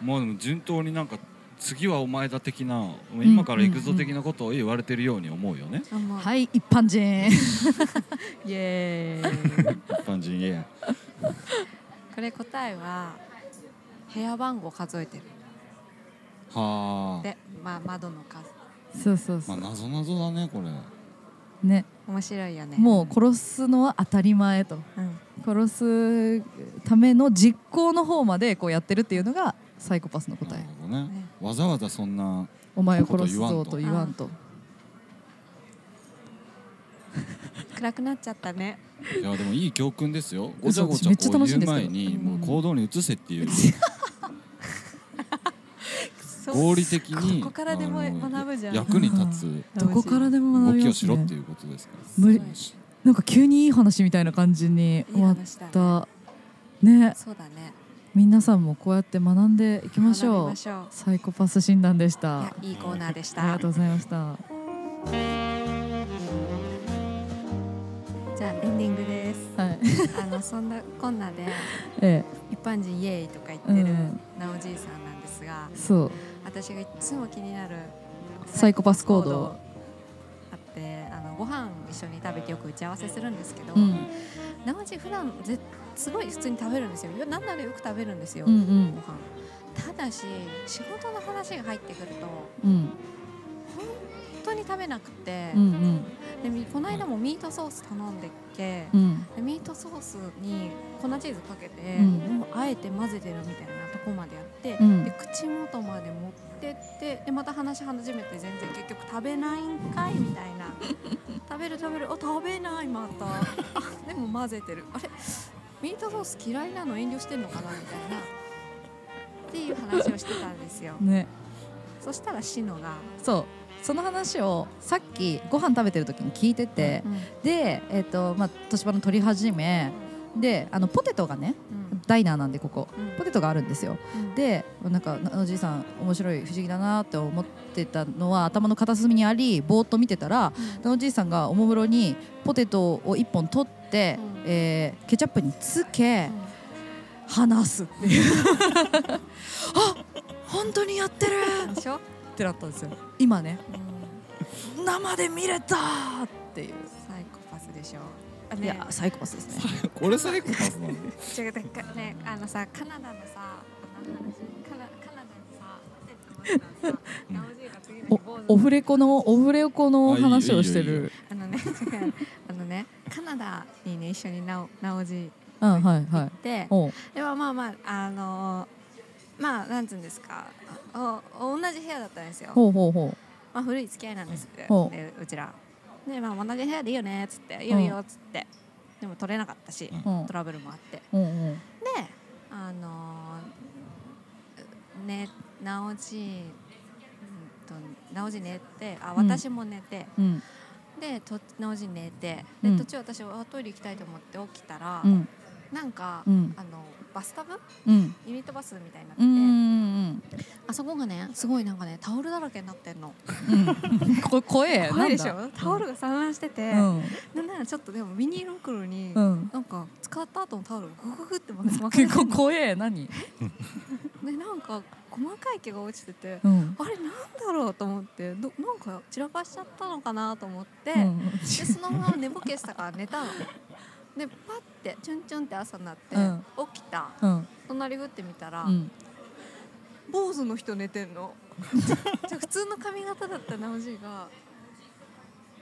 Speaker 5: もうでも順当になんか次はお前だ的な今から行くぞ的なことを言われてるように思うよね、
Speaker 4: あもう
Speaker 3: はい一般人
Speaker 4: イエーイ
Speaker 5: 一般 人いや
Speaker 4: これ答えは部屋番号数えてる
Speaker 5: はあ
Speaker 4: で、まあ、窓の数
Speaker 3: そうそうそ
Speaker 5: まあ
Speaker 3: う、
Speaker 5: 謎謎だねこれ
Speaker 3: ね
Speaker 4: 面白いよね
Speaker 3: もう殺すのは当たり前と
Speaker 4: うん、
Speaker 3: 殺すための実行の方までこうやってるっていうのがサイコパスの答
Speaker 5: なる
Speaker 3: え
Speaker 5: ほどね
Speaker 4: ね
Speaker 5: わざわざそんな
Speaker 3: お前を殺すぞと言わんと
Speaker 4: 暗くなっちゃったね
Speaker 5: いやでもいい教訓ですよごちゃ
Speaker 3: 嘘
Speaker 5: ごちゃ
Speaker 3: めっちゃ
Speaker 5: こう
Speaker 3: 楽し
Speaker 5: 言
Speaker 3: んで
Speaker 5: う
Speaker 3: きた
Speaker 5: 前に
Speaker 4: うん
Speaker 5: もう行動に移せっていう
Speaker 4: そう
Speaker 5: 合理的に
Speaker 4: ここからでも
Speaker 5: あの
Speaker 4: 学ぶじゃん
Speaker 5: 役に立つ
Speaker 3: どこからでも学
Speaker 5: 動
Speaker 3: び
Speaker 5: き
Speaker 3: ま
Speaker 5: を
Speaker 3: す
Speaker 5: しろって
Speaker 3: ね
Speaker 5: いうことですから
Speaker 3: 無理
Speaker 5: 素晴らしい
Speaker 3: なんか急にいい話みたいな感じに
Speaker 4: いい
Speaker 3: 終わっ
Speaker 4: 話だね
Speaker 3: たね
Speaker 4: そうだね
Speaker 3: 皆さんもこうやって学んでいきまし
Speaker 4: 学び
Speaker 3: ょう
Speaker 4: ましょう
Speaker 3: サイコパス診断でし
Speaker 4: い
Speaker 3: た
Speaker 4: やいいコーナーでし
Speaker 3: あり
Speaker 4: た
Speaker 3: がとうございました
Speaker 4: じゃあエンディングです
Speaker 3: はい、
Speaker 4: あのそんなこんなで
Speaker 3: え
Speaker 4: 一般人イエーイとか言ってる
Speaker 3: うん
Speaker 4: なおじいさんなんですが
Speaker 3: え、そう
Speaker 4: 私がいつも気になる
Speaker 3: サイコパス行動
Speaker 4: あってあのご飯一緒に食べてよく打ち合わせするんですけど、
Speaker 3: うん
Speaker 4: なおじい普段ぜすごい普通に食べるんですよよなんならよく食べるんですよ、
Speaker 3: うんう
Speaker 4: ご
Speaker 3: ん
Speaker 4: 飯ただし仕事の話が入ってくると
Speaker 3: うん
Speaker 4: 本当に食べなくて
Speaker 3: う、ん
Speaker 4: でみこの間もミートソース頼んでて、
Speaker 3: うんうん
Speaker 4: でミートソースに粉チーズかけて、
Speaker 3: うん
Speaker 4: もうあえて混ぜてるみたいなとこまでやって、
Speaker 3: うん
Speaker 4: で口元まで持ってってでまた話し始めて全然結局食べないんかいみた いな食べる食べるあ食べないまたあでも混ぜてるあれミートソース嫌いなの遠慮してんのかなみたいなっていう話をしてたんですよ
Speaker 3: ね
Speaker 4: そしたらシノが、
Speaker 3: そうその話をさっきご飯食べてる時に聞いてて、で、えっとまあ、年場の取り始めであのポテトがね
Speaker 4: うん
Speaker 3: ダイナーなんでここ
Speaker 4: うん
Speaker 3: ポテトがあるんですよ
Speaker 4: うん
Speaker 3: でなんかなおじいさん面白い不思議だなって思ってたのは頭の片隅にありぼーっと見てたら
Speaker 4: うん
Speaker 3: おじいさんがおもむろにポテトを1本取って、
Speaker 4: うん
Speaker 3: えーケチャップにつけ、話すっていう あ本当にやってる
Speaker 4: でしょ、
Speaker 3: ってなったんですよ今ね
Speaker 4: うん
Speaker 3: 生で見れたっていう、
Speaker 4: サイコパスでしょあ
Speaker 3: い
Speaker 4: ね
Speaker 3: やサイコパスですね
Speaker 5: これ最後パスなの
Speaker 4: 違うだからねあのさカナダのさあの話カナカナダのさホテルのさ
Speaker 5: うん
Speaker 4: ガオジーが次の日
Speaker 3: お
Speaker 4: 坊主
Speaker 3: オフレコのオフレコの
Speaker 5: あいいよ
Speaker 3: 話をして
Speaker 5: いいよいい
Speaker 3: る
Speaker 4: あのね 違うあのねカナダにね一緒になおなおじ
Speaker 3: うんはいはい
Speaker 4: で
Speaker 3: おう
Speaker 4: ではまあまああのまあなんつうんですかおお同じ部屋だったんですよ
Speaker 3: ほうほうほ
Speaker 4: まあ、古い付き合いなんですって
Speaker 3: ほう
Speaker 4: でうちらで、まあ、同じ部屋でいいよねっつって「いいよいいよ」っつってでも取れなかったし
Speaker 5: うん
Speaker 3: ううん
Speaker 4: トラブルもあってで
Speaker 3: うんうん
Speaker 4: あのーねなおじうんとなおじ寝てあ
Speaker 3: うん
Speaker 4: 私も寝て、
Speaker 3: うん
Speaker 4: でとなおじ寝て
Speaker 3: う
Speaker 4: で
Speaker 3: ん
Speaker 4: 途中私はトイレ行きたいと思って起きたら、
Speaker 3: うん
Speaker 4: なんか、
Speaker 3: うん
Speaker 4: あのバスタブ
Speaker 3: うん
Speaker 4: ユニットバスみたいになって
Speaker 3: うん
Speaker 4: て、
Speaker 3: うん
Speaker 4: あそこがねすごいなんかねタオルだらけになってんの
Speaker 3: うんこ怖え
Speaker 4: 怖いでし
Speaker 3: なん
Speaker 4: ょ
Speaker 3: だ
Speaker 4: タオルが散乱してて、
Speaker 3: うん
Speaker 4: なんならちょっとでもビニール袋に、
Speaker 3: うん
Speaker 4: なんか使った後のタオルがグググって巻かれ
Speaker 3: 結
Speaker 4: て
Speaker 3: 構怖え何
Speaker 4: でなんか細かい毛が落ちてて
Speaker 3: うん
Speaker 4: あれなんだろうと思ってどなんか散らかしちゃったのかなと思って、
Speaker 3: う
Speaker 4: で
Speaker 3: ん
Speaker 4: そのまま寝ぼけしたから寝たの。でパッてチュンチュンって朝になって、
Speaker 3: うん
Speaker 4: 起きた
Speaker 3: うん
Speaker 4: 隣振ってみたら、
Speaker 3: うん
Speaker 4: 坊主の人寝てんのじゃあ普通の髪型だったなおじいが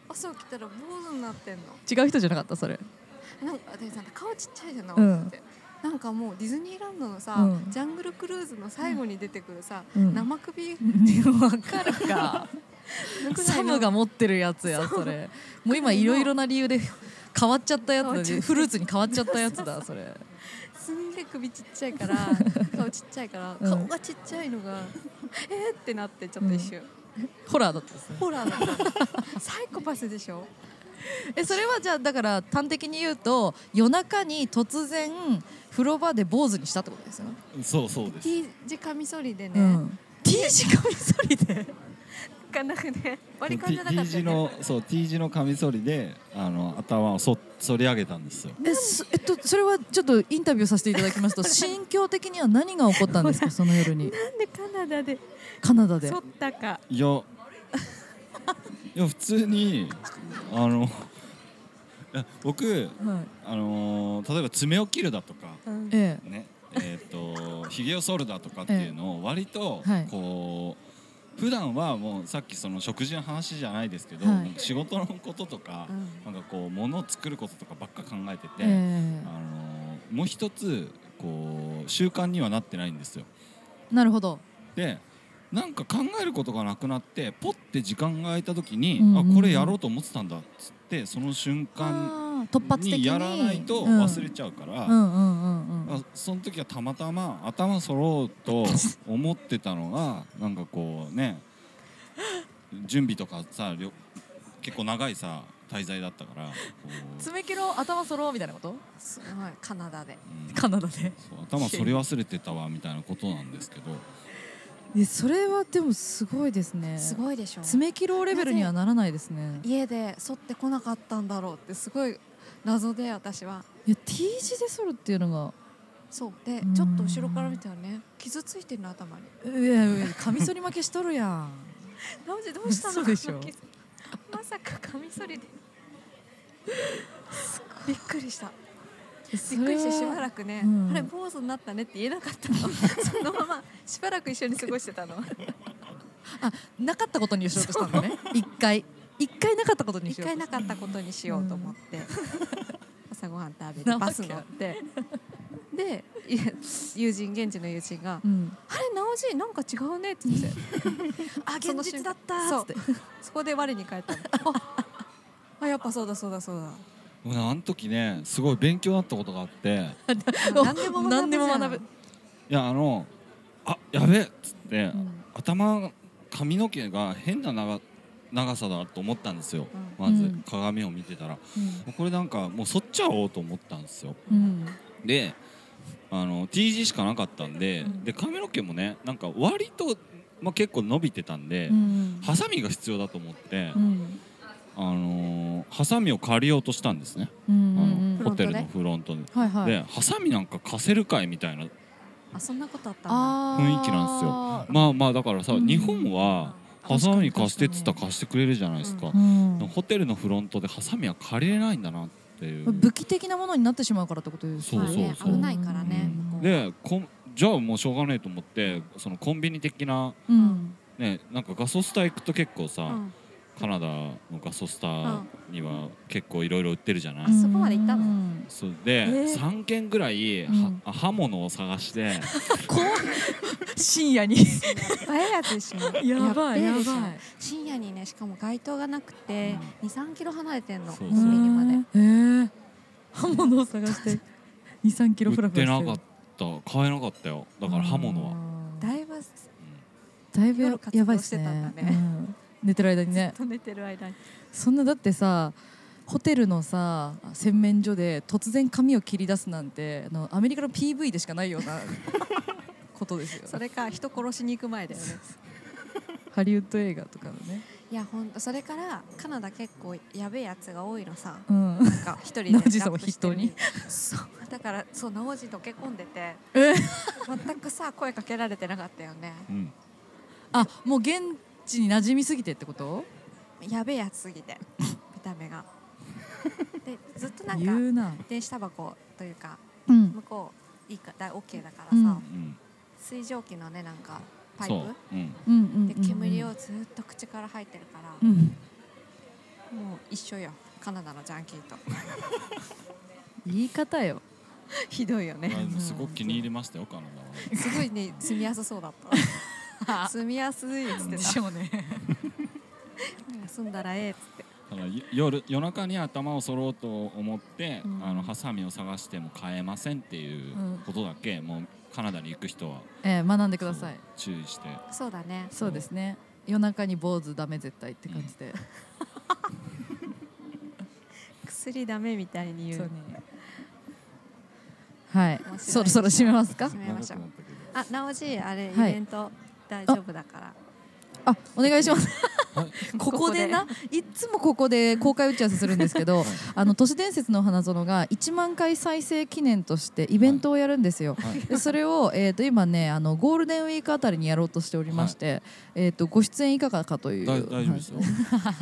Speaker 4: 朝起きたら坊主になってんの
Speaker 3: 違う人じゃなかったそれ
Speaker 4: なんかでなんか顔ちっちゃいじゃない、
Speaker 3: うん
Speaker 4: ってなんかもうディズニーランドのさ、
Speaker 3: うん
Speaker 4: ジャングルクルーズの最後に出てくるさ、
Speaker 3: うん
Speaker 4: 生首
Speaker 3: わかる か
Speaker 4: 抜く
Speaker 3: サムが持ってるやつやそれもう今いろいろな理由で変わっちゃったやつ
Speaker 4: 変わ
Speaker 3: だ
Speaker 4: っちゃっ
Speaker 3: ね
Speaker 4: た
Speaker 3: フルーツに変わっちゃったやつだそれ
Speaker 4: すんげえ首ちっちゃい から顔ちっちゃいから
Speaker 3: うん
Speaker 4: 顔がちっちゃいのが、 えーってなってちょっと一瞬、
Speaker 3: ホラーだったですね
Speaker 4: ホラーだったサイコパスでしょ
Speaker 3: えそれはじゃあだから端的に言うと夜中に突然風呂場で坊主にしたってことですよね、
Speaker 5: そうそうです
Speaker 4: T 字カミソリでね、
Speaker 3: T 字カミソリで
Speaker 4: なんかね割り勘
Speaker 5: T,
Speaker 4: じゃなかった
Speaker 5: T 字
Speaker 4: よね
Speaker 5: のそう T 字のカミソリであの頭をそ反り上げたんですよ
Speaker 3: えそえっとそれはちょっとインタビューさせていただき ますと心境的 には何が起こったんですかその夜
Speaker 4: な
Speaker 3: に
Speaker 4: んでカナダで
Speaker 3: カナダで
Speaker 4: 剃ったか
Speaker 5: いやいや普通にあのいや僕
Speaker 3: はい
Speaker 5: あのー例えば爪を切るだとか
Speaker 4: うん
Speaker 3: ええ
Speaker 5: ねえー、とひげを剃るだとかっていうのを割と
Speaker 3: はい
Speaker 5: こう普段はもうさっきその食事の話じゃないですけど、
Speaker 3: はい
Speaker 5: なんか仕事のこととか
Speaker 4: う、ん
Speaker 5: なんかこう物を作ることとかばっか考えてて、
Speaker 3: ええ
Speaker 5: あのーもう一つこう習慣にはなってないんですよ。
Speaker 3: なるほど
Speaker 5: でなんか考えることがなくなってポッて時間が空いた時に、
Speaker 3: うんうんうん
Speaker 5: あこれやろうと思ってたんだっつってその瞬
Speaker 3: あ
Speaker 5: 間
Speaker 3: ー突発的に
Speaker 5: にやらないと
Speaker 3: うん
Speaker 5: 忘れちゃうから、
Speaker 3: うんうんうんうん
Speaker 5: あその時はたまたま頭揃ろうと思ってたのがなんかこうね準備とかさ旅結構長いさ滞在だったからこう、
Speaker 3: 爪切ろう頭揃ろうみたいなこと
Speaker 4: すごいカナダで
Speaker 5: うん
Speaker 3: カナダで
Speaker 5: そう頭反り忘れてたわみたいなことなんですけど
Speaker 3: えそれはでもすごいですね
Speaker 4: すごいでしょ
Speaker 3: 爪切ろうレベルにはならないですね
Speaker 4: 家で剃ってこなかったんだろうってすごい謎で私はい
Speaker 3: や T 字で剃るっていうの
Speaker 4: そうで
Speaker 3: うん
Speaker 4: ちょっと後ろから見たらね傷ついてるの頭に
Speaker 3: がいやいやカミソリ負けしとるやん
Speaker 4: なおじどうしたの
Speaker 3: 嘘でしょ
Speaker 4: あの傷まさかカミソリでびっくりした びっくりしてしばらくね、
Speaker 3: うん
Speaker 4: あれ坊主になったねって言えなかった のそのまましばらく一緒に過ごしてたの
Speaker 3: なかったことにしようとしたの ね一回一回なかったことにし
Speaker 4: 一
Speaker 3: よう
Speaker 4: 回
Speaker 3: と
Speaker 4: なかったことにしようと思って、朝ごはん食べ
Speaker 3: な
Speaker 4: て
Speaker 3: わけ
Speaker 4: バス乗ってでいや友人現地の友人が
Speaker 3: うん、
Speaker 4: あれ直しなんか違うねって言 ってあ
Speaker 3: 現実だった
Speaker 4: そ
Speaker 3: ーっ
Speaker 4: う
Speaker 3: つって
Speaker 4: そこで我に返ったのああやっぱそうだそうだそうだ
Speaker 5: 俺あの時ねすごい勉強になったことがあって
Speaker 4: あ何でも学ぶ
Speaker 3: 何でも
Speaker 4: じゃん
Speaker 3: 学ぶ
Speaker 5: いやあのあやべえっつって、
Speaker 3: ん
Speaker 5: 頭髪の毛が変な長長さだと思ったんですよ、
Speaker 3: ん
Speaker 5: ま
Speaker 3: う
Speaker 5: ず
Speaker 3: ん
Speaker 5: 鏡を見てたら、
Speaker 3: うん
Speaker 5: これなんかもう剃っちゃおうと思ったんですよ
Speaker 3: うん
Speaker 5: であの T 字しかなかったんで,、
Speaker 3: うん
Speaker 5: で髪の毛もねなんか割と、まあ、結構伸びてたんで、
Speaker 3: うん
Speaker 5: ハサミが必要だと思って
Speaker 3: う、ん
Speaker 5: あのーハサミを借りようとしたんですね、
Speaker 3: うんう
Speaker 5: あ
Speaker 3: んう
Speaker 5: の
Speaker 3: ん
Speaker 5: ホテルのフロントで。
Speaker 3: はいはい
Speaker 5: でハサミなんか貸せるかいみたいな
Speaker 4: あそんなことあったんだ
Speaker 3: あー
Speaker 5: 雰囲気なんまあまあだからさ、
Speaker 3: うん
Speaker 5: 日本はハサミ貸してっつったら
Speaker 4: 確かに
Speaker 5: 貸してくれるじゃないですか、
Speaker 3: うん
Speaker 5: ホテルのフロントでハサミは借りれないんだなっていう、
Speaker 3: 武器的なものになってしまうからってことです
Speaker 5: そうそうそう
Speaker 4: まあね危ないからね
Speaker 3: う
Speaker 4: 向こ
Speaker 3: ん
Speaker 4: うは
Speaker 5: でこんじゃあもうしょうがないと思ってそのコンビニ的な
Speaker 3: うん
Speaker 5: ねなんかガソスタ行くと結構さ、
Speaker 4: うん
Speaker 5: カナダのガソスタには結構いろいろ売ってるじゃない、
Speaker 4: あそこまで行ったの
Speaker 3: うん
Speaker 5: そうで、
Speaker 3: えー
Speaker 5: 3軒ぐらいは、
Speaker 3: うん
Speaker 5: 刃物を探して
Speaker 3: こう深夜に
Speaker 4: 映えやつでしょ
Speaker 3: やばい
Speaker 4: や
Speaker 3: や
Speaker 4: っべえで
Speaker 3: ばい
Speaker 4: しょ深夜にねしかも街灯がなくて23キロ離れてんの
Speaker 5: そ
Speaker 4: コ
Speaker 5: う
Speaker 4: ン
Speaker 5: そ
Speaker 4: ビ
Speaker 5: う
Speaker 4: ニまで
Speaker 3: へえ刃物を探 して二三キロフ
Speaker 5: 売
Speaker 3: ラ
Speaker 5: っ
Speaker 3: フラし
Speaker 5: て
Speaker 3: て
Speaker 5: な
Speaker 3: る
Speaker 5: かった買えなかったよだから刃物は、
Speaker 3: だ
Speaker 4: だいぶず
Speaker 3: だいぶや
Speaker 4: 夜活動
Speaker 3: やばいっす
Speaker 4: し
Speaker 3: ね
Speaker 4: てたんだね
Speaker 3: うん寝てる間に
Speaker 4: っ
Speaker 3: ね
Speaker 4: と寝てる間に
Speaker 3: そんなだってさホテルのさ洗面所で突然髪を切り出すなんてあのアメリカの PV でしかないよう なことですよ
Speaker 4: それか人殺しに行く前だよね
Speaker 3: ハリウッド映画とかのね、
Speaker 4: いやほんとそれからカナダ結構やべえやつが多いの さ
Speaker 3: うん、
Speaker 4: なんか一人で
Speaker 3: ナオジさんは
Speaker 4: ラップしてる
Speaker 3: 人に
Speaker 4: そうだからそうナオジ溶け込んでて
Speaker 3: え
Speaker 4: 全くさ声かけられてなかったよね
Speaker 5: うん
Speaker 3: あもう現地に馴染みすぎてってこと
Speaker 4: やべえやつすぎて見た目がでずっとなん
Speaker 3: 言
Speaker 4: か
Speaker 3: うな、
Speaker 4: 電子タバコというか
Speaker 3: うん、
Speaker 4: 向こういいかだ OK だからさ、
Speaker 3: うん
Speaker 5: うん
Speaker 4: 水蒸気のねなんかパイ
Speaker 5: そう、うん、
Speaker 3: うんうん
Speaker 4: プで煙をずっと口から吐いてるから、
Speaker 3: うん
Speaker 4: もう一緒よカナダのジャンキー と
Speaker 3: 言い方よ
Speaker 4: ひどいよね
Speaker 5: あでもすごく気に入りましたよカナダは。
Speaker 4: すごいね住みやすそうだった 住み やすいっつってさ
Speaker 3: ょうね
Speaker 4: 住んだらええっつって
Speaker 5: だからよ夜夜中に頭を揃おうと思って、
Speaker 4: うん
Speaker 5: あのハサミを探しても買えませんっていう
Speaker 3: うん
Speaker 5: ことだけ、もうカナダに行く人は
Speaker 3: えー、学んでください
Speaker 5: 注意して
Speaker 4: そうだね
Speaker 3: そうですね夜中に坊主ダメ絶対って感じで、
Speaker 4: 薬ダメみたいに言う
Speaker 3: そうねはいそろそろ締めますか
Speaker 4: 締めましょう
Speaker 5: 長くなったけど
Speaker 4: あなおじあれ、
Speaker 3: はい
Speaker 4: イベント大丈夫だから
Speaker 3: あお願いします
Speaker 5: はい
Speaker 3: ここでないっつもここで公開打ち合わせするんです けどあの都市伝説の花園が1万回再生記念としてイベントをやるんですよ、
Speaker 5: はい
Speaker 3: でそれを、えー、と今ねあのゴールデンウィークあたりにやろうとしておりまして、えー、とご出演いかがかという
Speaker 5: だい大丈夫で すよ。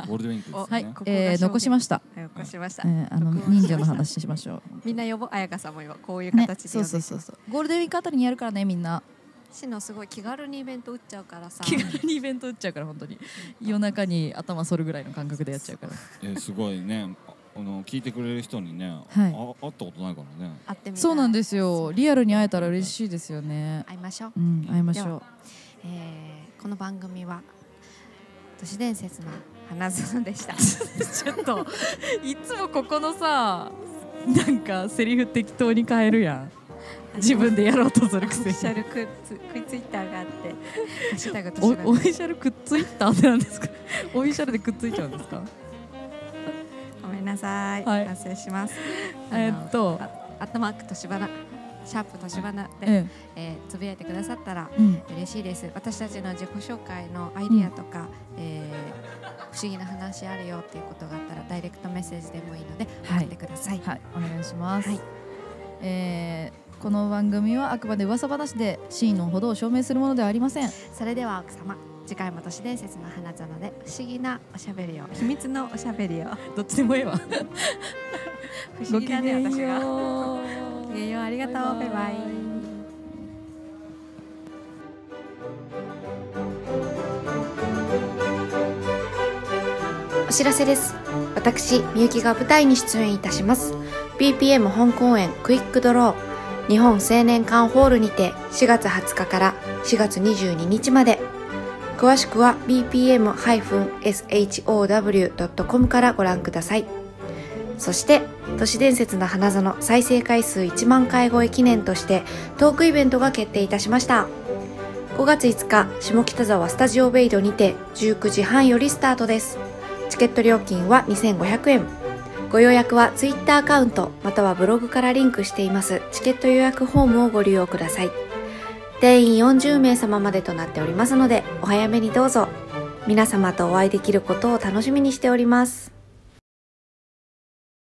Speaker 5: ゴールデンウィークですね。
Speaker 3: はい
Speaker 5: は
Speaker 4: ここが
Speaker 3: えー
Speaker 4: 勝負
Speaker 3: 残しました、
Speaker 4: はい起こしました、
Speaker 3: えーあの
Speaker 4: 録音しま
Speaker 3: 人
Speaker 4: した
Speaker 3: 魚の話しましょう
Speaker 4: みんな呼ぼう彩香さんも今こういう
Speaker 3: ね
Speaker 4: 形で呼
Speaker 3: そ
Speaker 4: ん
Speaker 3: う
Speaker 4: で
Speaker 3: そうそうそうゴールデンウィークあたりにやるからねみんな
Speaker 4: しのすごい気軽にイベント打っちゃうからさ
Speaker 3: 気軽にイベント打っちゃうから本当に夜中に頭反るぐらいの感覚でやっちゃうから
Speaker 5: えーすごいね。ああの聞いてくれる人にね、
Speaker 3: はい
Speaker 5: あ会ったことないからね。
Speaker 4: 会ってみたい
Speaker 3: そうなんですすよリアルに会えたら嬉しいですよね
Speaker 4: 会いましょう
Speaker 3: うん会いまし
Speaker 4: で
Speaker 3: ょう
Speaker 4: はえーこの番組は都市伝説の花園でした
Speaker 3: ちょっと いつもここのさなんかセリフ適当に変えるやん自分でやろうとするく
Speaker 4: オフ
Speaker 3: せ
Speaker 4: ィ
Speaker 3: に
Speaker 4: シャルクイツクイツイッターがあってハッシュタグ都
Speaker 3: おオ
Speaker 4: 市伝
Speaker 3: フィ
Speaker 4: 説
Speaker 3: シャルくっついたってなんですか オフィシャルでくっついちゃうんですか
Speaker 4: ごめんなさい、
Speaker 3: はい
Speaker 4: 反省しますあの
Speaker 3: えっと
Speaker 4: アットマークとしばなシャープとしばなで、
Speaker 3: え
Speaker 4: えーつぶやいてくださったら
Speaker 3: えうん
Speaker 4: 嬉しいです私たちの自己紹介のアイディアとか、えー不思議な話あるよっていうことがあったらダイレクトメッセージでもいいので
Speaker 3: は
Speaker 4: 送
Speaker 3: い
Speaker 4: ってください、
Speaker 3: はいお願いします、
Speaker 4: はい
Speaker 3: えーこの番組はあくまで噂話で真のほどを証明するものではありません
Speaker 4: それでは奥様次回も都市伝説の花園で不思議なおしゃべりを秘密のおしゃべりを
Speaker 3: どっちでもええわ
Speaker 4: 不思
Speaker 3: ご
Speaker 4: 議
Speaker 3: き
Speaker 4: だ
Speaker 3: げ
Speaker 4: ね
Speaker 3: ん
Speaker 4: 私が
Speaker 3: よう
Speaker 4: ごきげんようありがとうバイバイ
Speaker 6: お知らせです私みゆきが舞台に出演いたします BPM 本公演クイックドロー日本青年館ホールにて4月20日から4月22日まで詳しくは bpm-show.com からご覧くださいそして都市伝説の花園再生回数1万回超え記念としてトークイベントが決定いたしました5月5日下北沢スタジオベイドにて19時半よりスタートですチケット料金は2500円。ご予約は Twitter アカウントまたはブログからリンクしていますチケット予約フォームをご利用ください。定員40名様までとなっておりますのでお早めにどうぞ。皆様とお会いできることを楽しみにしております。